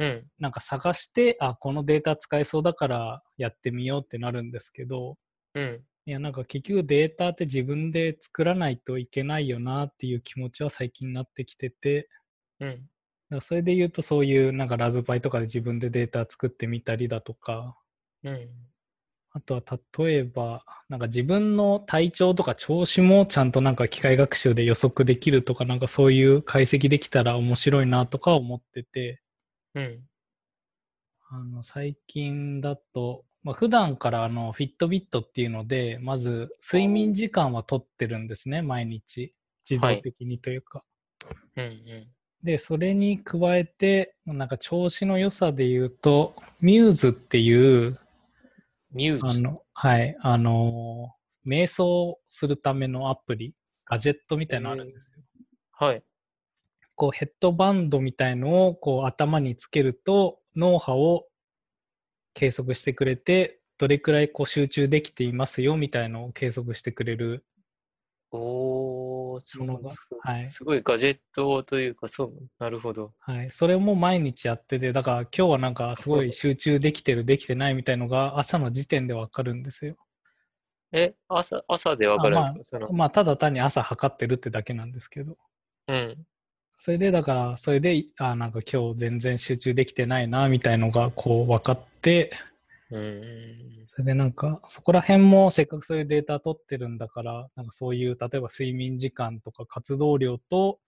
うん、なんか探してあこのデータ使えそうだからやってみようってなるんですけどうん。いやなんか結局データって自分で作らないといけないよなっていう気持ちは最近なってきててうん、だからそれで言うとそういうなんかラズパイとかで自分でデータ作ってみたりだとかうん、あとは例えばなんか自分の体調とか調子もちゃんとなんか機械学習で予測できるとかなんかそういう解析できたら面白いなとか思っててうん、あの最近だと、まあ、普段からあのフィットビットっていうのでまず睡眠時間は取ってるんですね毎日自動的にというか、うん、で、それに加えて、なんか調子の良さで言うと、ミューズっていう、ミューあズ。の、はい、あの、瞑想するためのアプリ、ガジェットみたいなのあるんですよ。はい。こうヘッドバンドみたいのをこう頭につけると脳波を計測してくれてどれくらいこう集中できていますよみたいのを計測してくれるおー、そもうなのんがです、はいすごいガジェットというか、そう、なるほど。はい、それも毎日やっててだから今日はなんかすごい集中できてるできてないみたいのが朝の時点でわかるんですよえ、朝、朝でわかるんですか、その、まあただ単に朝測ってるってだけなんですけどうん。それでだからそれであなんか今日全然集中できてないなみたいのがこう分かってうん。それでなんか、そこら辺もせっかくそういうデータ取ってるんだから、なんかそういう、例えば睡眠時間とか活動量と、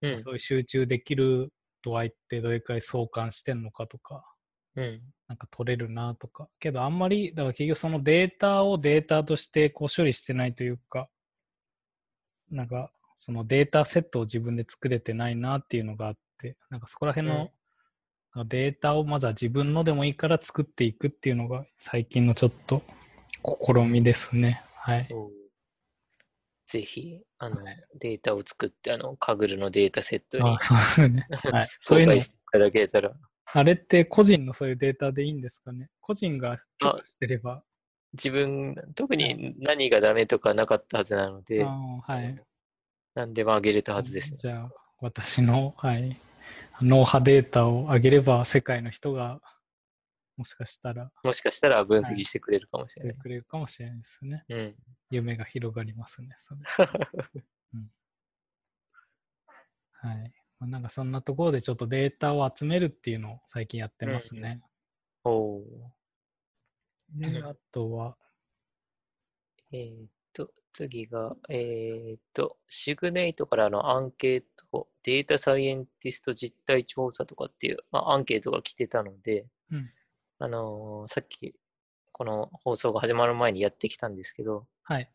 うんそういう集中できる度合いってどれくらい相関してんのかとか、うん。なんか取れるなとか。けどあんまり、だから結局そのデータをデータとしてこう処理してないというか、なんかそのデータセットを自分で作れてないなっていうのがあって、なんかそこら辺の、うんなんかデータをまずは自分のでもいいから作っていくっていうのが最近のちょっと試みですね。はい。おーぜひ、あの、はデータを作って、あの、カグルのデータセットにあそうですね。はい、そうい公うの開、していただけたら、あれって個人のそういうデータでいいんですかね個人が許可してれば。自分、特に何がダメとかなかったはずなので、あーはい。何でもあげれたはずです、じゃあ、私の、はい、脳波データを上げれば、世界の人が、もしかしたら、もしかしたら分析してくれるかもしれやっなてい。くれるかもしれないですね。うん。夢が広がりますね、 それ。はい。まあ、なんか、そんなところで、ちょっとデータを集めるっていうのを最近やってますね。おーうんで、あとは、えーっと、次が、えーっと、シグネイトからのアンケート、データサイエンティスト実態調査とかっていう、まあ、アンケートが来てたので、うんあのーさっき、この放送が始まる前にやってきたんですけど、はい。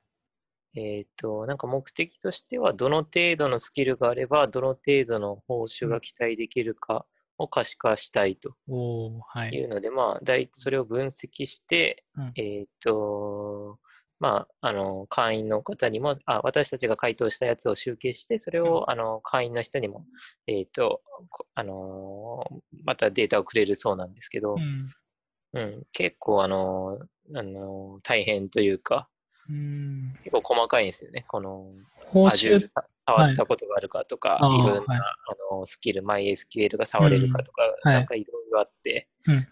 えーっと、なんか目的としては、どの程度のスキルがあれば、どの程度の報酬が期待できるかを可視化したいとおー、はいい。うので、まあ、大それを分析して、うんえーっと、まあ、あの、会員の方にも、あ、私たちが回答したやつを集計して、それを、あの、会員の人にも、えーっと、こあのーまたデータをくれるそうなんですけどう、んうん、結構、あのーあのー大変というか、うん。結構細かいんですよね。この、報 Azure 酬、さ触ったことがあるかとか、あいーろんな、はいあのスキル、MySQL が触れるかとか、うんはいなんかいろいろあって、うん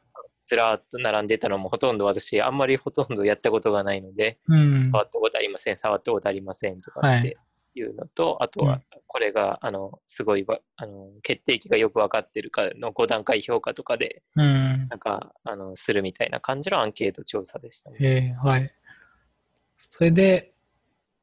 ずらーっと並んでたのもほとんど私、あんまりほとんどやったことがないので、うん。触ったことありません、触ったことありませんとかっていうのと、あとうはん、これが、あの、すごいわ、あの、決定機がよくわかってるかの5段階評価とかで、うん。なんか、あの、するみたいな感じのアンケート調査でしたね。えーはい。それで、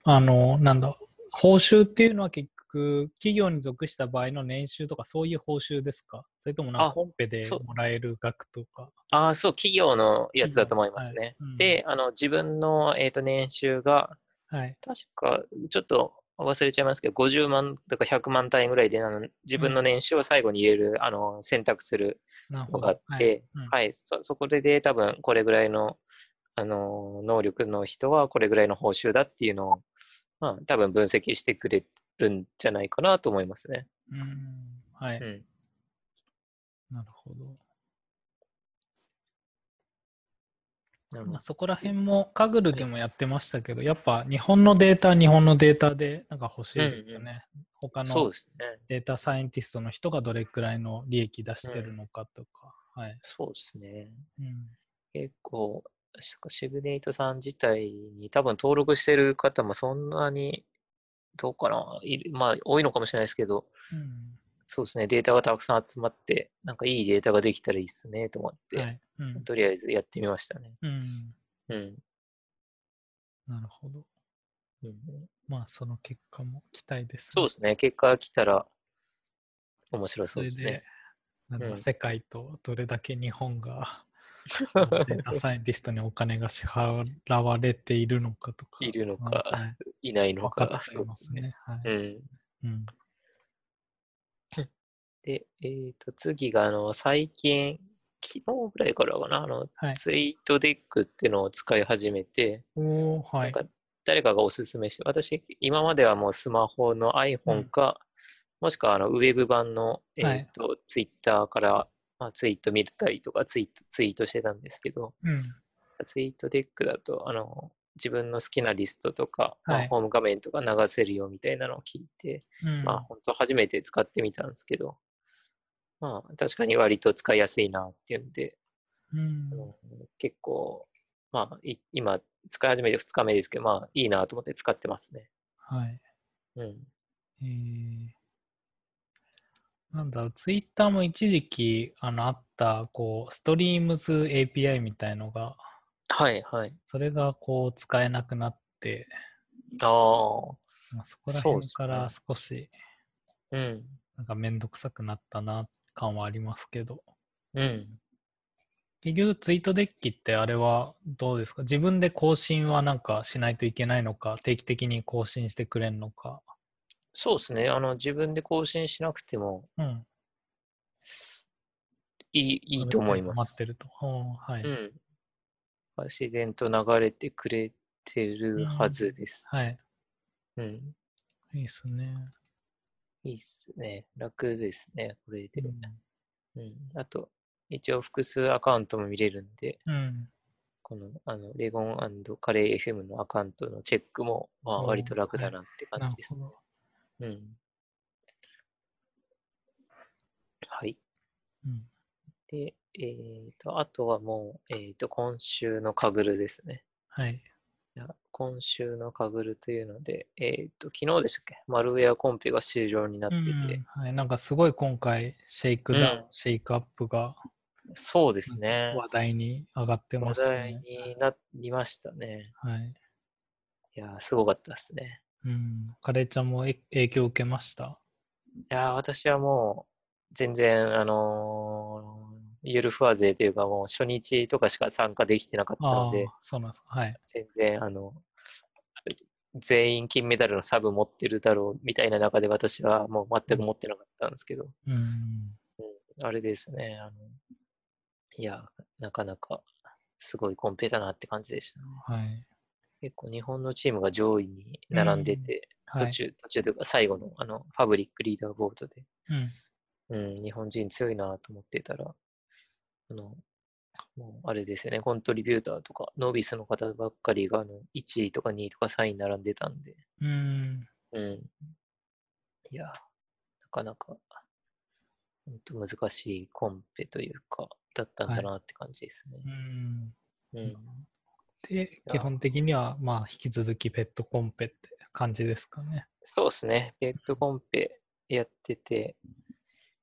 あの、なんだ、報酬っていうのは結局、企業に属した場合の年収とか、そういう報酬ですかそれともなんあかコンペでそうもらえる額とか。ああ、そう、企業のやつだと思います企業ね。はいうんで、あの、自分の、えっと、年収が、はい。確か、ちょっと忘れちゃいますけど、50万とか100万単位ぐらいで、あの自分の年収を最後に入れる、あの選択するなるのほど。があって、はいうんそ、そこでで多分これぐらいの、あの能力の人はこれぐらいの報酬だっていうのを、まあ、多分分析してくれるんじゃないかなと思いますね。うん。はうい。ん、なるほど。なるほまどあ、そこら辺も、カグルでもやってましたけど、やっぱ日本のデータ、日本のデータでなんか欲しいですよね。うん他そのうですね。データサイエンティストの人がどれくらいの利益出してるのかとか。はい。そうですね。うん結構、しシグネイトさん自体に多分登録してる方もそんなに、どうかな、いるまあ多いのかもしれないですけど、うんそうですね、データがたくさん集まって、なんかいいデータができたらいいっすねと思って、はいうんとりあえずやってみましたね。うん、うん。なるほど。うん、まあ、その結果も期待です、そうですね、結果が来たら面白そうですそれでね。、なんうんか世界とどれだけ日本 が、あのデータサイエンティストにお金が支払われているのかとか。いるのかまあはい いないの分か、かっちゃそいうでますす。ね。はういん。うんで、えっ、と、次が、あの、最近、昨日ぐらいからかな、あの、はいツイートデックっていうのを使い始めて、おーはいなん。か誰かがおすすめして、私、今まではもうスマホの iPhone か、もしくはあのウェブ版の、えはいーと Twitter から、まあ、ツイート見たりとかツイートツイートしてたんですけど、うん。ツイートデックだとあの自分の好きなリストとか、まあはいホーム画面とか流せるよみたいなのを聞いて、うんまあ本当初めて使ってみたんですけど、まあ確かに割と使いやすいなっていうんで、うんあの結構、まあ、い今、使い始めて2日目ですけど、まあ、いいなと思って使ってますね。はい。うん。えーなんだろう、ツイッターも一時期、あの、あった、こう、ストリームズ API みたいのが、はい、はい。それがこう、使えなくなって、ああ、まあ、そこらそうで辺すかねら少し、うん。なんかめんどくさくなったな、感はありますけど。うん。結局、ツイートデッキってあれはどうですか自分で更新はなんかしないといけないのか、定期的に更新してくれんのか。そうですね。あの、自分で更新しなくてもうん。いいいいと思いま待っす。てると。うんはい。うん。自然と流れてくれてるはずです。はい。うん。いいですね。いいっすね。楽ですね、これで。ううん。あと、一応複数アカウントも見れるんで、ん。うんこのあのレゴンカレー FM のアカウントのチェックも、まあ、おー割と楽だなってな感るじです。ほど。うん、はい。うんで、えっ、と、あとはもう、えっ、と、今週のカグルですね。はい。いや今週のカグルというので、えっ、と、昨日でしたっけマルウェアコンペが終了になってて、うんはい、なんかすごい今回、シェイクダウン、うんシェイクアップがそうですね。話題に上がってま話した題ね。になりましたね。はい。いやー、すごかったですね。うん。カレーちゃんもえ影響受けました。いやー、私はもう、全然、あのーゆるふわ勢というか、もう初日とかしか参加できてなかったああので、、そうなんですか。はい。全然、あの、全員金メダルのサブ持ってるだろうみたいな中で、私はもう全く持ってなかったんですけど、うん。あれですね、あの、いやー、なかなか、すごいコンペだなって感じでしたね。はい。結構日本のチームが上位に並んでて、はい、途中、途中というか最後のあの、ファブリックリーダーボードで、うん。うん、日本人強いなと思ってたら、あの、もうあれですよね、コントリビューターとか、ノービスの方ばっかりがあの1位とか2位とか3位に並んでたんで、うん。うん。いや、なかなか、本当難しいコンペというか、だったんはだいなって感じですうね。ん。うん。で、基本的には、まあ、引き続きペットコンペって感じですかね。そうですね、ペットコンペやってて、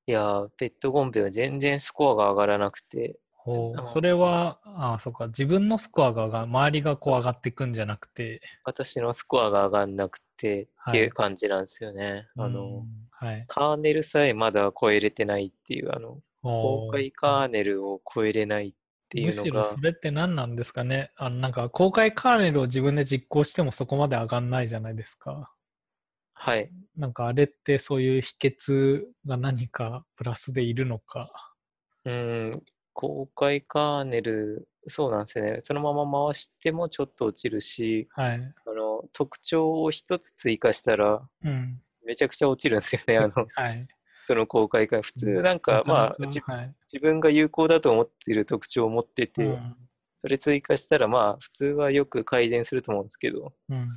いや、ペットコンペは全然スコアが上がらなくて、ほあうーそれは、ああ、そうか、自分のスコアがが、周りがこう上がっていくんじゃなくて、私のスコアが上がんなくてっていう感じなんですよね。あうの、ん、はい。カーネルさえまだ超えれてないっていう、あの、公公開カーネルを超えれないっていむうしのろがそ、れって何なんですかねあのなんか公開カーネルを自分で実行してもそこまで上がんないじゃないですか。はい。なんかあれってそういう秘訣が何かプラスでいるのか。うん、公開カーネル、そうなんですよね。そのまま回してもちょっと落ちるし、はい。あの、特徴を一つ追加したら、うん。めちゃくちゃ落ちるんですよね、あの、はい。その公開カーネル。普通なんか、まあ、じ自分、はい自分が有効だと思っている特徴を持ってうて、んそれ追加したら、まあ、普通はよく改善すると思うんですけど、うん。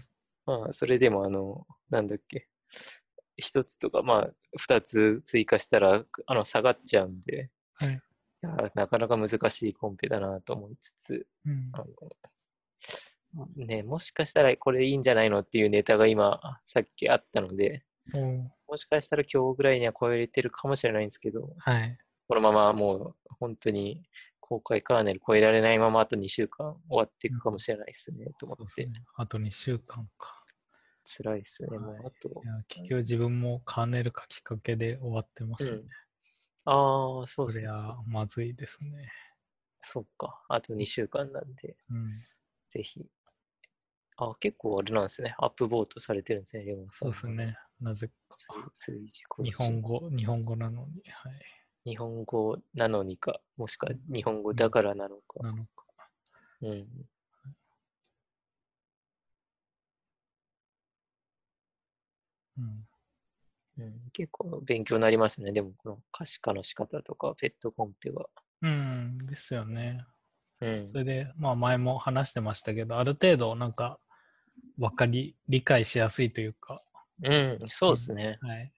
まあ、それでも、あの、なんだっけ、一つとか、まあ、二つ追加したら、あの、下がっちゃうんで、はいやーなかなか難しいコンペだなと思いつつ、うんあの、ね、もしかしたらこれいいんじゃないのっていうネタが今、さっきあったので、おうもしかしたら今日ぐらいには超えてるかもしれないんですけど、はい。このままもう本当に公開カーネル超えられないままあと2週間終わっていくかもしれないですね、と思そうっですて。ね。あと2週間か。辛いですね、もうはいあとい。や結局自分もカーネル書きかけで終わってますね。ああ、そそうですりね。ゃまずいですね。そっか。あと2週間なんで、うん。ぜひ。あ、結構あれなんですね。アップボートされてるんですね、レゴンさそんうは。ですね。なぜか。随時更日本新語、日本語なのに。はい。日本語なのにか、もしくは日本語だからなのか。なのか。うん。うん。うん、結構勉強になりますね。でも、この可視化の仕方とか、ペットコンペは。うん、ですよね。うんそ。れで、まあ前も話してましたけど、ある程度なんか、わかり、理解しやすいというか、うん、そうですね。はい。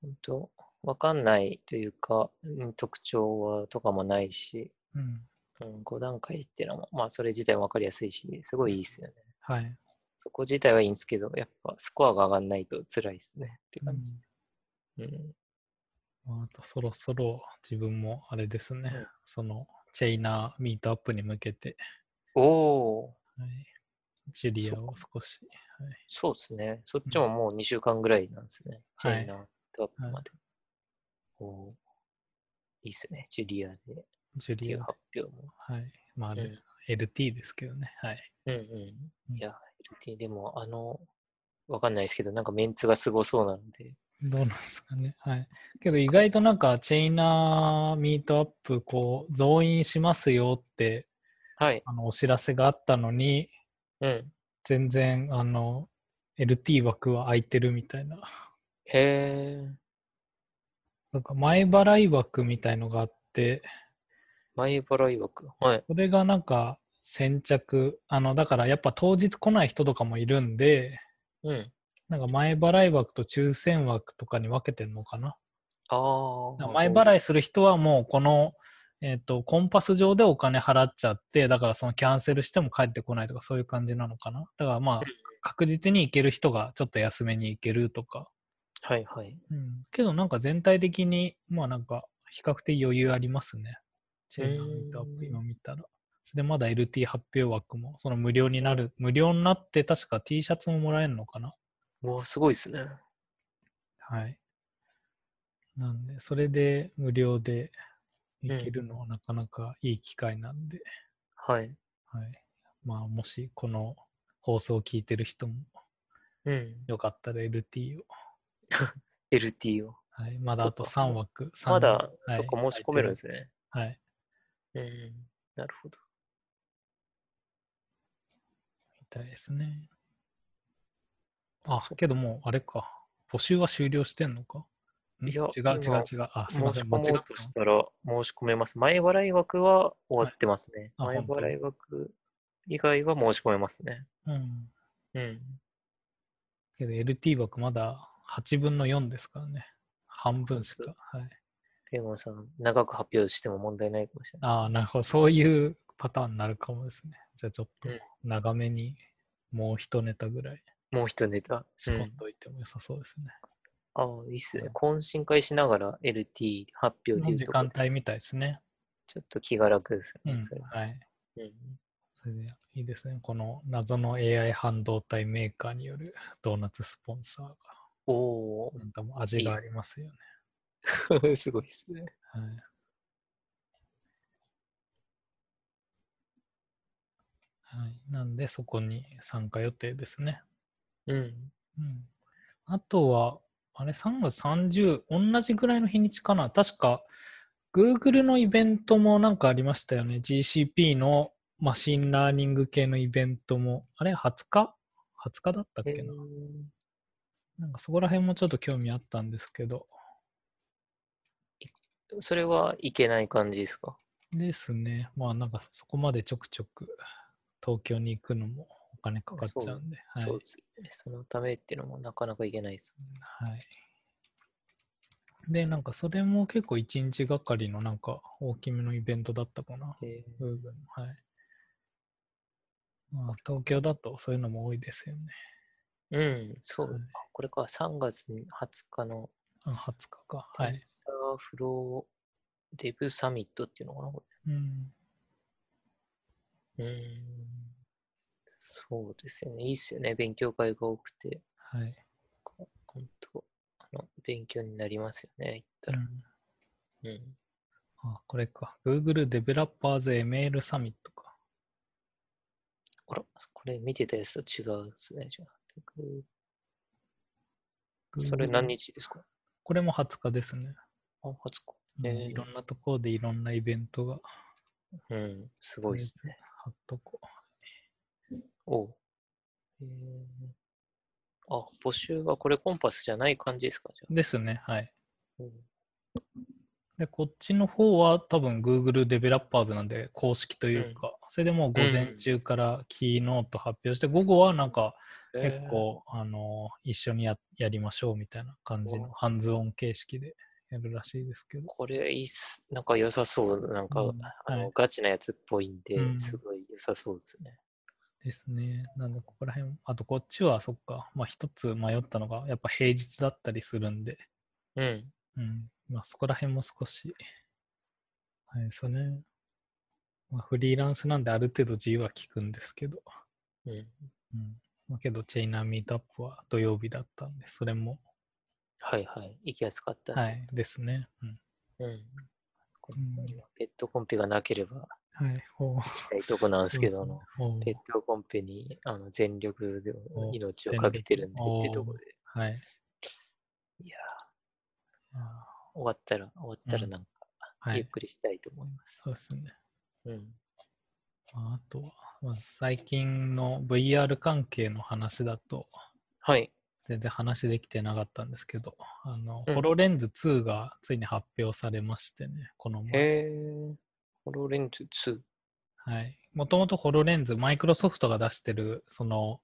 本当わかんないというか、うん特徴はとかもないし、うん。うん、5段階っていうのも、まあ、それ自体もわかりやすいし、すごいいいですよね。はい。そこ自体はいいんですけど、やっぱスコアが上がんないと辛いですねって感じ。うん。まあ、あとそろそろ自分もあれですね、うんそのチェイナーミートアップに向けて、おおはい、ジュリアそっをか少し、そうですね。そっちももう2週間ぐらいなんですね。チはいェイナーとアップまで。おおーいいっすね。ジュリアでっジュていリアうで、発表も。はい、まあ、あれうん LT ですけどね、はい。うんううんん。いや、LT でも、あの、わかんないですけど、なんかメンツがすごそうなので。どうなんですかね、はい。けど意外となんかチェイナーミートアップ、こう、増員しますよって、はい。あの、お知らせがあったのに、うん。全然、あの、LT 枠は空いてるみたいな。へえ。なんか前払い枠みたいのがあって、前払い枠。はい。それがなんか先着、あの、だからやっぱ当日来ない人とかもいるんで、うん。なんか前払い枠と抽選枠とかに分けてんのかな。あだかあ。ら前払い。いする人はもうこの、えっとコンパス上でお金払っちゃって、だからそのキャンセルしても帰ってこないとかそういう感じなのかな。だからまあん確実に行ける人がちょっと安めに行けるとか。はいはい。うん、けどなんか全体的に、まあなんか比較的余裕ありますね。チェーンのミートアッうプん今見たら。それでまだ LT 発表枠も、その無料になる、無料になって確か T シャツももらえるのかな。うわ、すごいですね。はい。なんで、それで無料でいけるのはなかなかいい機会なんで、はい。はい。まあもしこの放送を聞いてる人もうん。よかったら LT を。 LT を。はい。まだあとそっか3枠。三まだ、はいそっか、申し込めるんですね。はい。うん。なるほど。みたいですね。あ、けどもう、あれか。募集は終了してんのかんいや違う違う今違う。あ、す申いませし込ん。も間う違ってとしたら申し込めます。前払い枠は終わってますね。はいあ前払い枠以外は申し込めますね。た。うん。うん。けど LT 枠まだ8分の4ですからね。半分しか。はい、ペンゴンさん、長く発表しても問題ないかもしれないああ、なるほど。そういうパターンになるかもですね。じゃあちょっとうん長めにもう一ネタぐらいもう一ネタ。仕込んどいても良さそうですね。ああ、いいっすね。懇親会しながら LT 発こ表といのう時とこ間ろで、帯みたいですね。ちょっと気が楽ですうね。ん。それははい。うんそれでいいですね。この謎の AI 半導体メーカーによるドーナツスポンサーが、おなんとも味がありますよね。ー、 すごいっすね。はい、はい。なんで、そこに参加予定ですね。うん。うん。あとは、あれ、3月30、同じぐらいの日にちかな。確か、Google のイベントもなんかありましたよね。GCP のマシンラーニング系のイベントも。あれ、20日 ?20 日だったっえけな。ーなんかそこら辺もちょっと興味あったんですけど。それはいけない感じですかですね。まあなんかそこまでちょくちょく東京に行くのもお金かかっちゃうんで。はい。そうですね。そのためっていうのもなかなかいけないですもんね。はい。で、なんかそれも結構1日がかりのなんか大きめのイベントだったかな。えー部分はい。まあ東京だとそういうのも多いですよね。うん、そう。はいあこれか、3月20日のあ20日か。テはンい。サーフローデブサミットっていうのかな、こうん。れ。うーん。そうですよね。いいっすよね。勉強会が多くて。はい。こ本当あの、勉強になりますよね。行ったうら。んうん。あ、これか。Google Developers Email Summit か。あら、これ見てたやつと違うですね。じゃあ。それ何日ですかこれも20日ですね。あ、初か。うんえーいろんなところでいろんなイベントが。うん、すごいですね。貼っとこうおうえーあ、募集はこれコンパスじゃない感じですかじゃですね。はい。あ。うんで、こっちの方は多分 Google デベロッパーズなんで公式というか、それでもう午前中からキーノート発表して、午後はなんか結構、あの一緒にややりましょうみたいな感じおのハンズオン形式でやるらしいですけど。これいいっす。なんか良さそう。なんか、うんあのはいガチなやつっぽいんで、うんすごい良さそうですね。ですね。なんでここら辺、あとこっちはそっか、まあ一つ迷ったのが、やっぱ平日だったりするんで、うん。うん、まあそこら辺も少し、はい、そうね。まあフリーランスなんである程度自由は利くんですけど、うん、うん。まあけど、チェイナーミートアップは土曜日だったんで、それも、はいはい。行きやすかった。はい、ですね。うん。うん。こうん今ペットコンペがなければはい、ほう。行きたいとこなんですけどそうも、ほうペットコンペにあの全力でお命をかけてるんで全力ってとこで、はい。いやあー終わったら、終わったらうんなんーはか、ゆっい、くりしたいと思います。そうですね。うん。まあ、あとは、まあ、最近の VR 関係の話だと、はい。全然話できてなかったんですけど、あの、うんホロレンズ2がついに発表されましてね、この前。へー。ホロレンズ2。はい。もともとホロレンズ、マイクロソフトが出してる、その、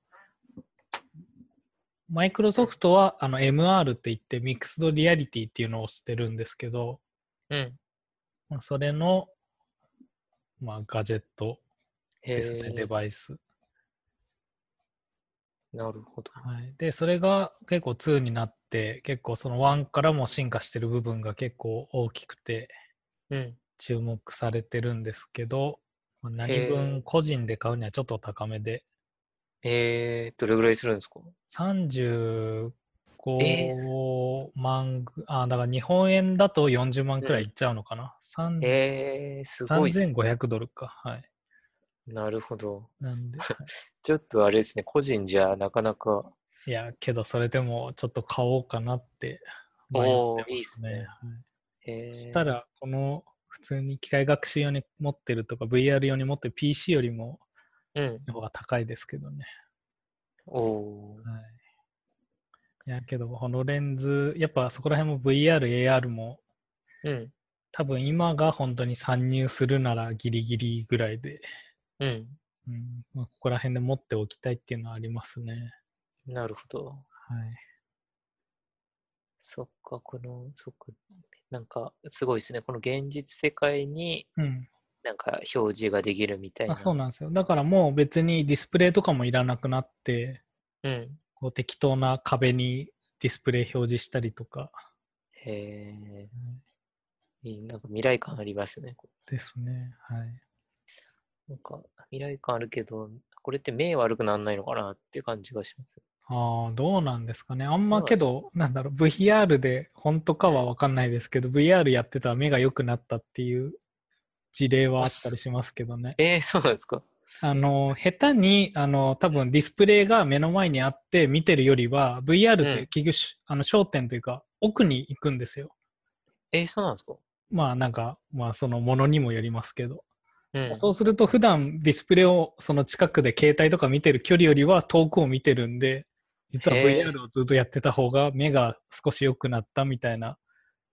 マイクロソフトはあの MR って言ってミックスドリアリティっていうのをしてるんですけど、うん。まあ、それの、まあ、ガジェットへですね、デー。バイス。なるほど。はい、でそれが結構2になって結構その1からも進化してる部分が結構大きくてうん。注目されてるんですけどまあ何へー分個人で買うにはちょっと高めでえー、どれぐらいするんですか35え万ぐあだから日本円だと40万くらいいっちゃうのかな、三えー、すごいっすね。 3500ドルかはいなるほど。なん ではいちょっとあれですね、個人じゃなかなか。いやけどそれでもちょっと買おうかなって迷おーっていいっますすねねへそーしたら、この普通に機械学習用に持ってるとか、VR 用に持ってる PC よりも、うん。の方が高いですけどね。おーはい。いや、けど、このレンズ、やっぱそこら辺も VR、AR も、うん。多分今が本当に参入するならギリギリぐらいで、うん。うんまあ、ここら辺で持っておきたいっていうのはありますね。なるほど。はい。そっか、この、そっか。なんか、すごいですね。この現実世界に、うん。なんか表示ができるみたいな。あそうなんですよ。だからもう別にディスプレイとかもいらなくなって、うん。こう適当な壁にディスプレイ表示したりとか、へえ、いいなんか未来感ありますね。ですね。はい。なんか未来感あるけど、これって目悪くならないのかなって感じがします。ああ、どうなんですかね。あんまどうなんけど、なんだろう、VR で本当かはわかんないですけど、VR やってたら目が良くなったっていう事例はあったりしますけどね。えー、そうなんですか。あの、下手に、あの、多分ディスプレイが目の前にあって見てるよりは、VR っうんて結局し、あの焦点というか、奥に行くんですよ。えー、そうなんですか。まあなんか、まあそのものにもよりますけど。うん。そうすると普段ディスプレイをその近くで携帯とか見てる距離よりは遠くを見てるんで実はへー VR をずっとやってた方が目が少し良くなったみたいな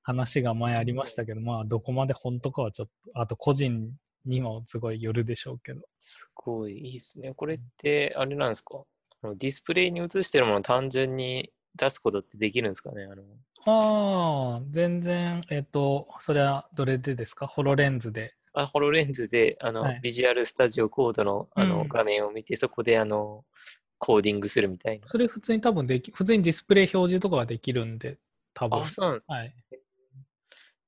話が前ありましたけどまあどこまで本当かはちょっとあと個人にもすごいよるでしょうけどすごい、いいですね。これって、あれなんですかあのディスプレイに映してるものを単純に出すことってできるんですかねあのああ全然えっ、とそれはどれでですかホロレンズであホロレンズであの、はいビジュアルスタジオコードのあの、うん画面を見て、そこであのコーディングするみたいな。それ普通に多分でき普通にディスプレイ表示とかはできるんで多分あ、そうなんですはい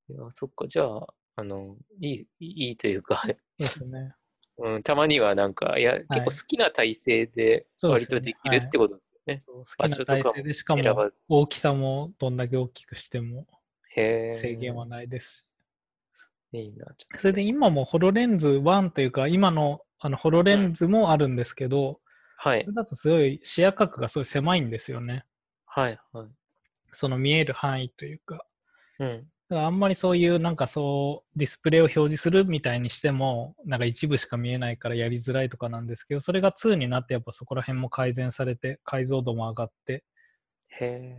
いや、そっか、じゃあ、あの、いい、いいというか、 ですねうん、たまにはなんか、いや、結構好きな体勢でそうで割すよとねできるってことですよね。そう好場き所なとかも体勢でしかも選ばず大きさもどんだけ大きくしてもへえ。制限はないですし、いいな、ちょっそれで今もホロレンズ1というか今のあのホロレンズもあるんですけど、と。はいそれ、だとすごい視野角がすごい狭いんですよねはい、はい。その見える範囲というか、うん。だからあんまりそういうなんかそうディスプレイを表示するみたいにしてもなんか一部しか見えないからやりづらいとかなんですけどそれが2になってやっぱそこら辺も改善されて解像度も上がってへえ。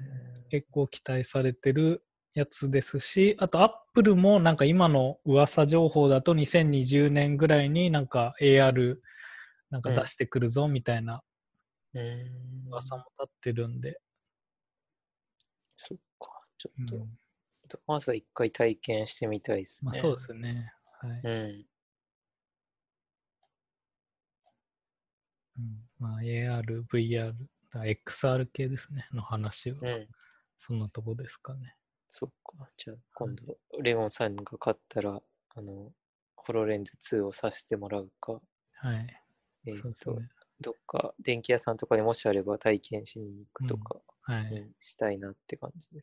結構期待されてるやつですしあとアップルもなんか今の噂情報だと2020年ぐらいになんか AR なんか出してくるぞみたいなうん。噂も立ってるんで、そっか。ちょうっと、んまずは一回体験してみたいですね。まあ、そうですね。はいうん。うんまあ、AR、VR、だ XR 系ですね、の話は、うん。そんなとこですかね。そっか。じゃあ、今度、レオンさんが買ったら、あの、ホロレンズ2をさせてもらうか、はい。えっ、そうですと、ね。どっか電気屋さんとかでもしあれば体験しに行くとか、はうい。んしたいなって感じで。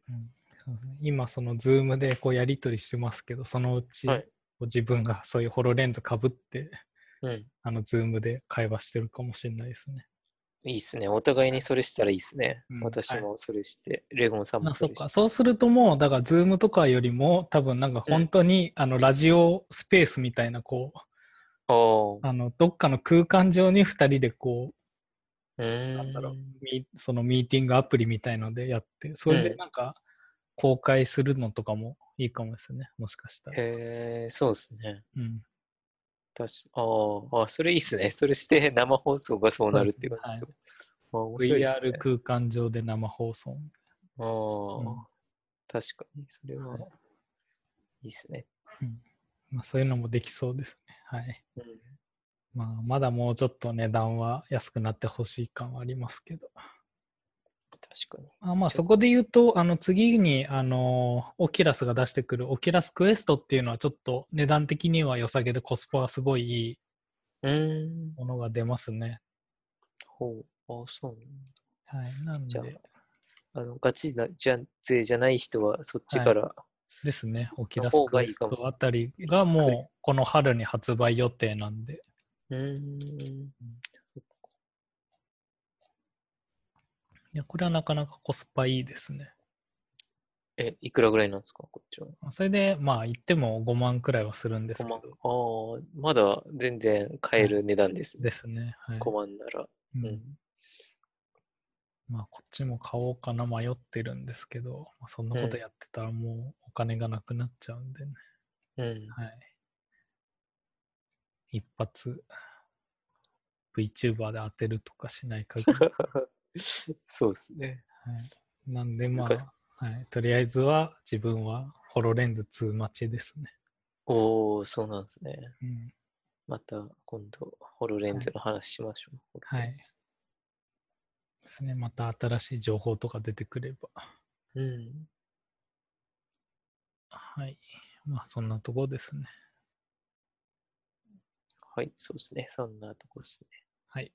そうですね今、その Zoom でこうやり取りしてますけど、そのうち、はいこう自分がそういうホロレンズかぶって、うん。あの Zoom で会話してるかもしれないですね。いいっすね。お互いにそれしたらいいっすね。うん私はいもそれして、レゴンさんもまあ、そそれうして。か。そうするともう、だから Zoom とかよりも、多分なんか本当に、あの、ラジオスペースみたいな、こう、おーあの、どっかの空間上に2人でこう、うーん。なんだろうミそのミーティングアプリみたいのでやって、それうでんなんか公開するのとかもいいかもですね、もしかしたら。へえ、そうですね。うん、確かあーあ、それいいっすね。それして生放送がそうなるっていう感じそと。あー面白いっすね VR 空間上で生放送。あうんあ、確かに、それははいいですね。まあ、そういうのもできそうですね。はいうんまあ、まだもうちょっと値段は安くなってほしい感はありますけど。確かに。あまあ、ちょそこで言うと、あの次にあのオキラスが出してくるオキラスクエストっていうのはちょっと値段的には良さげでコスパはすごいいいうーん。ものが出ますね。ほう。ああ、そうなんはい、なんじゃあで、だあの、ガチなじゃ勢じゃない人は、そっちから、ですね、オキのラス方クがいエいスかもしれトなあいたりがオキラスクエもうこの春に発売予定なんで、うーん。いやこれはなかなかコスパいいですね。え、いくらぐらいなんですか、こっちは。それで、まあ、言っても5万くらいはするんですけ5万どあ、あ、まだ全然買える値段ですね。ですね。はい5万なら。うんうんまあ、こっちも買おうかな迷ってるんですけど、まあ、そんなことやってたらもうお金がなくなっちゃうんでね。うん。はい、一発 VTuber で当てるとかしない限り。 そうですね。はい、なんでま難しあ、はい、とりあえずは自分はホロレンズ2待ちですね。おお、そうなんですね。うん、また今度、ホロレンズの話しましょう。はいホロレンズですね。また新しい情報とか出てくれば。うん。はい。まあそんなとこですね。はい、そうですね。そんなとこですね。はい。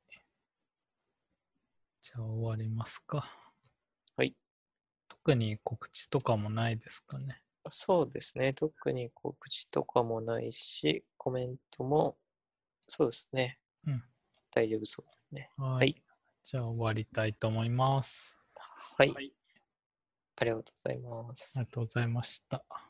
じゃあ終わりますか。はい。特に告知とかもないですかね。そうですね。特に告知とかもないし、コメントも、そうですね。うん大丈夫そうですね。はいはいじゃあ終わりたいと思います。はい、はい、ありがとうございますあり。がとうございました。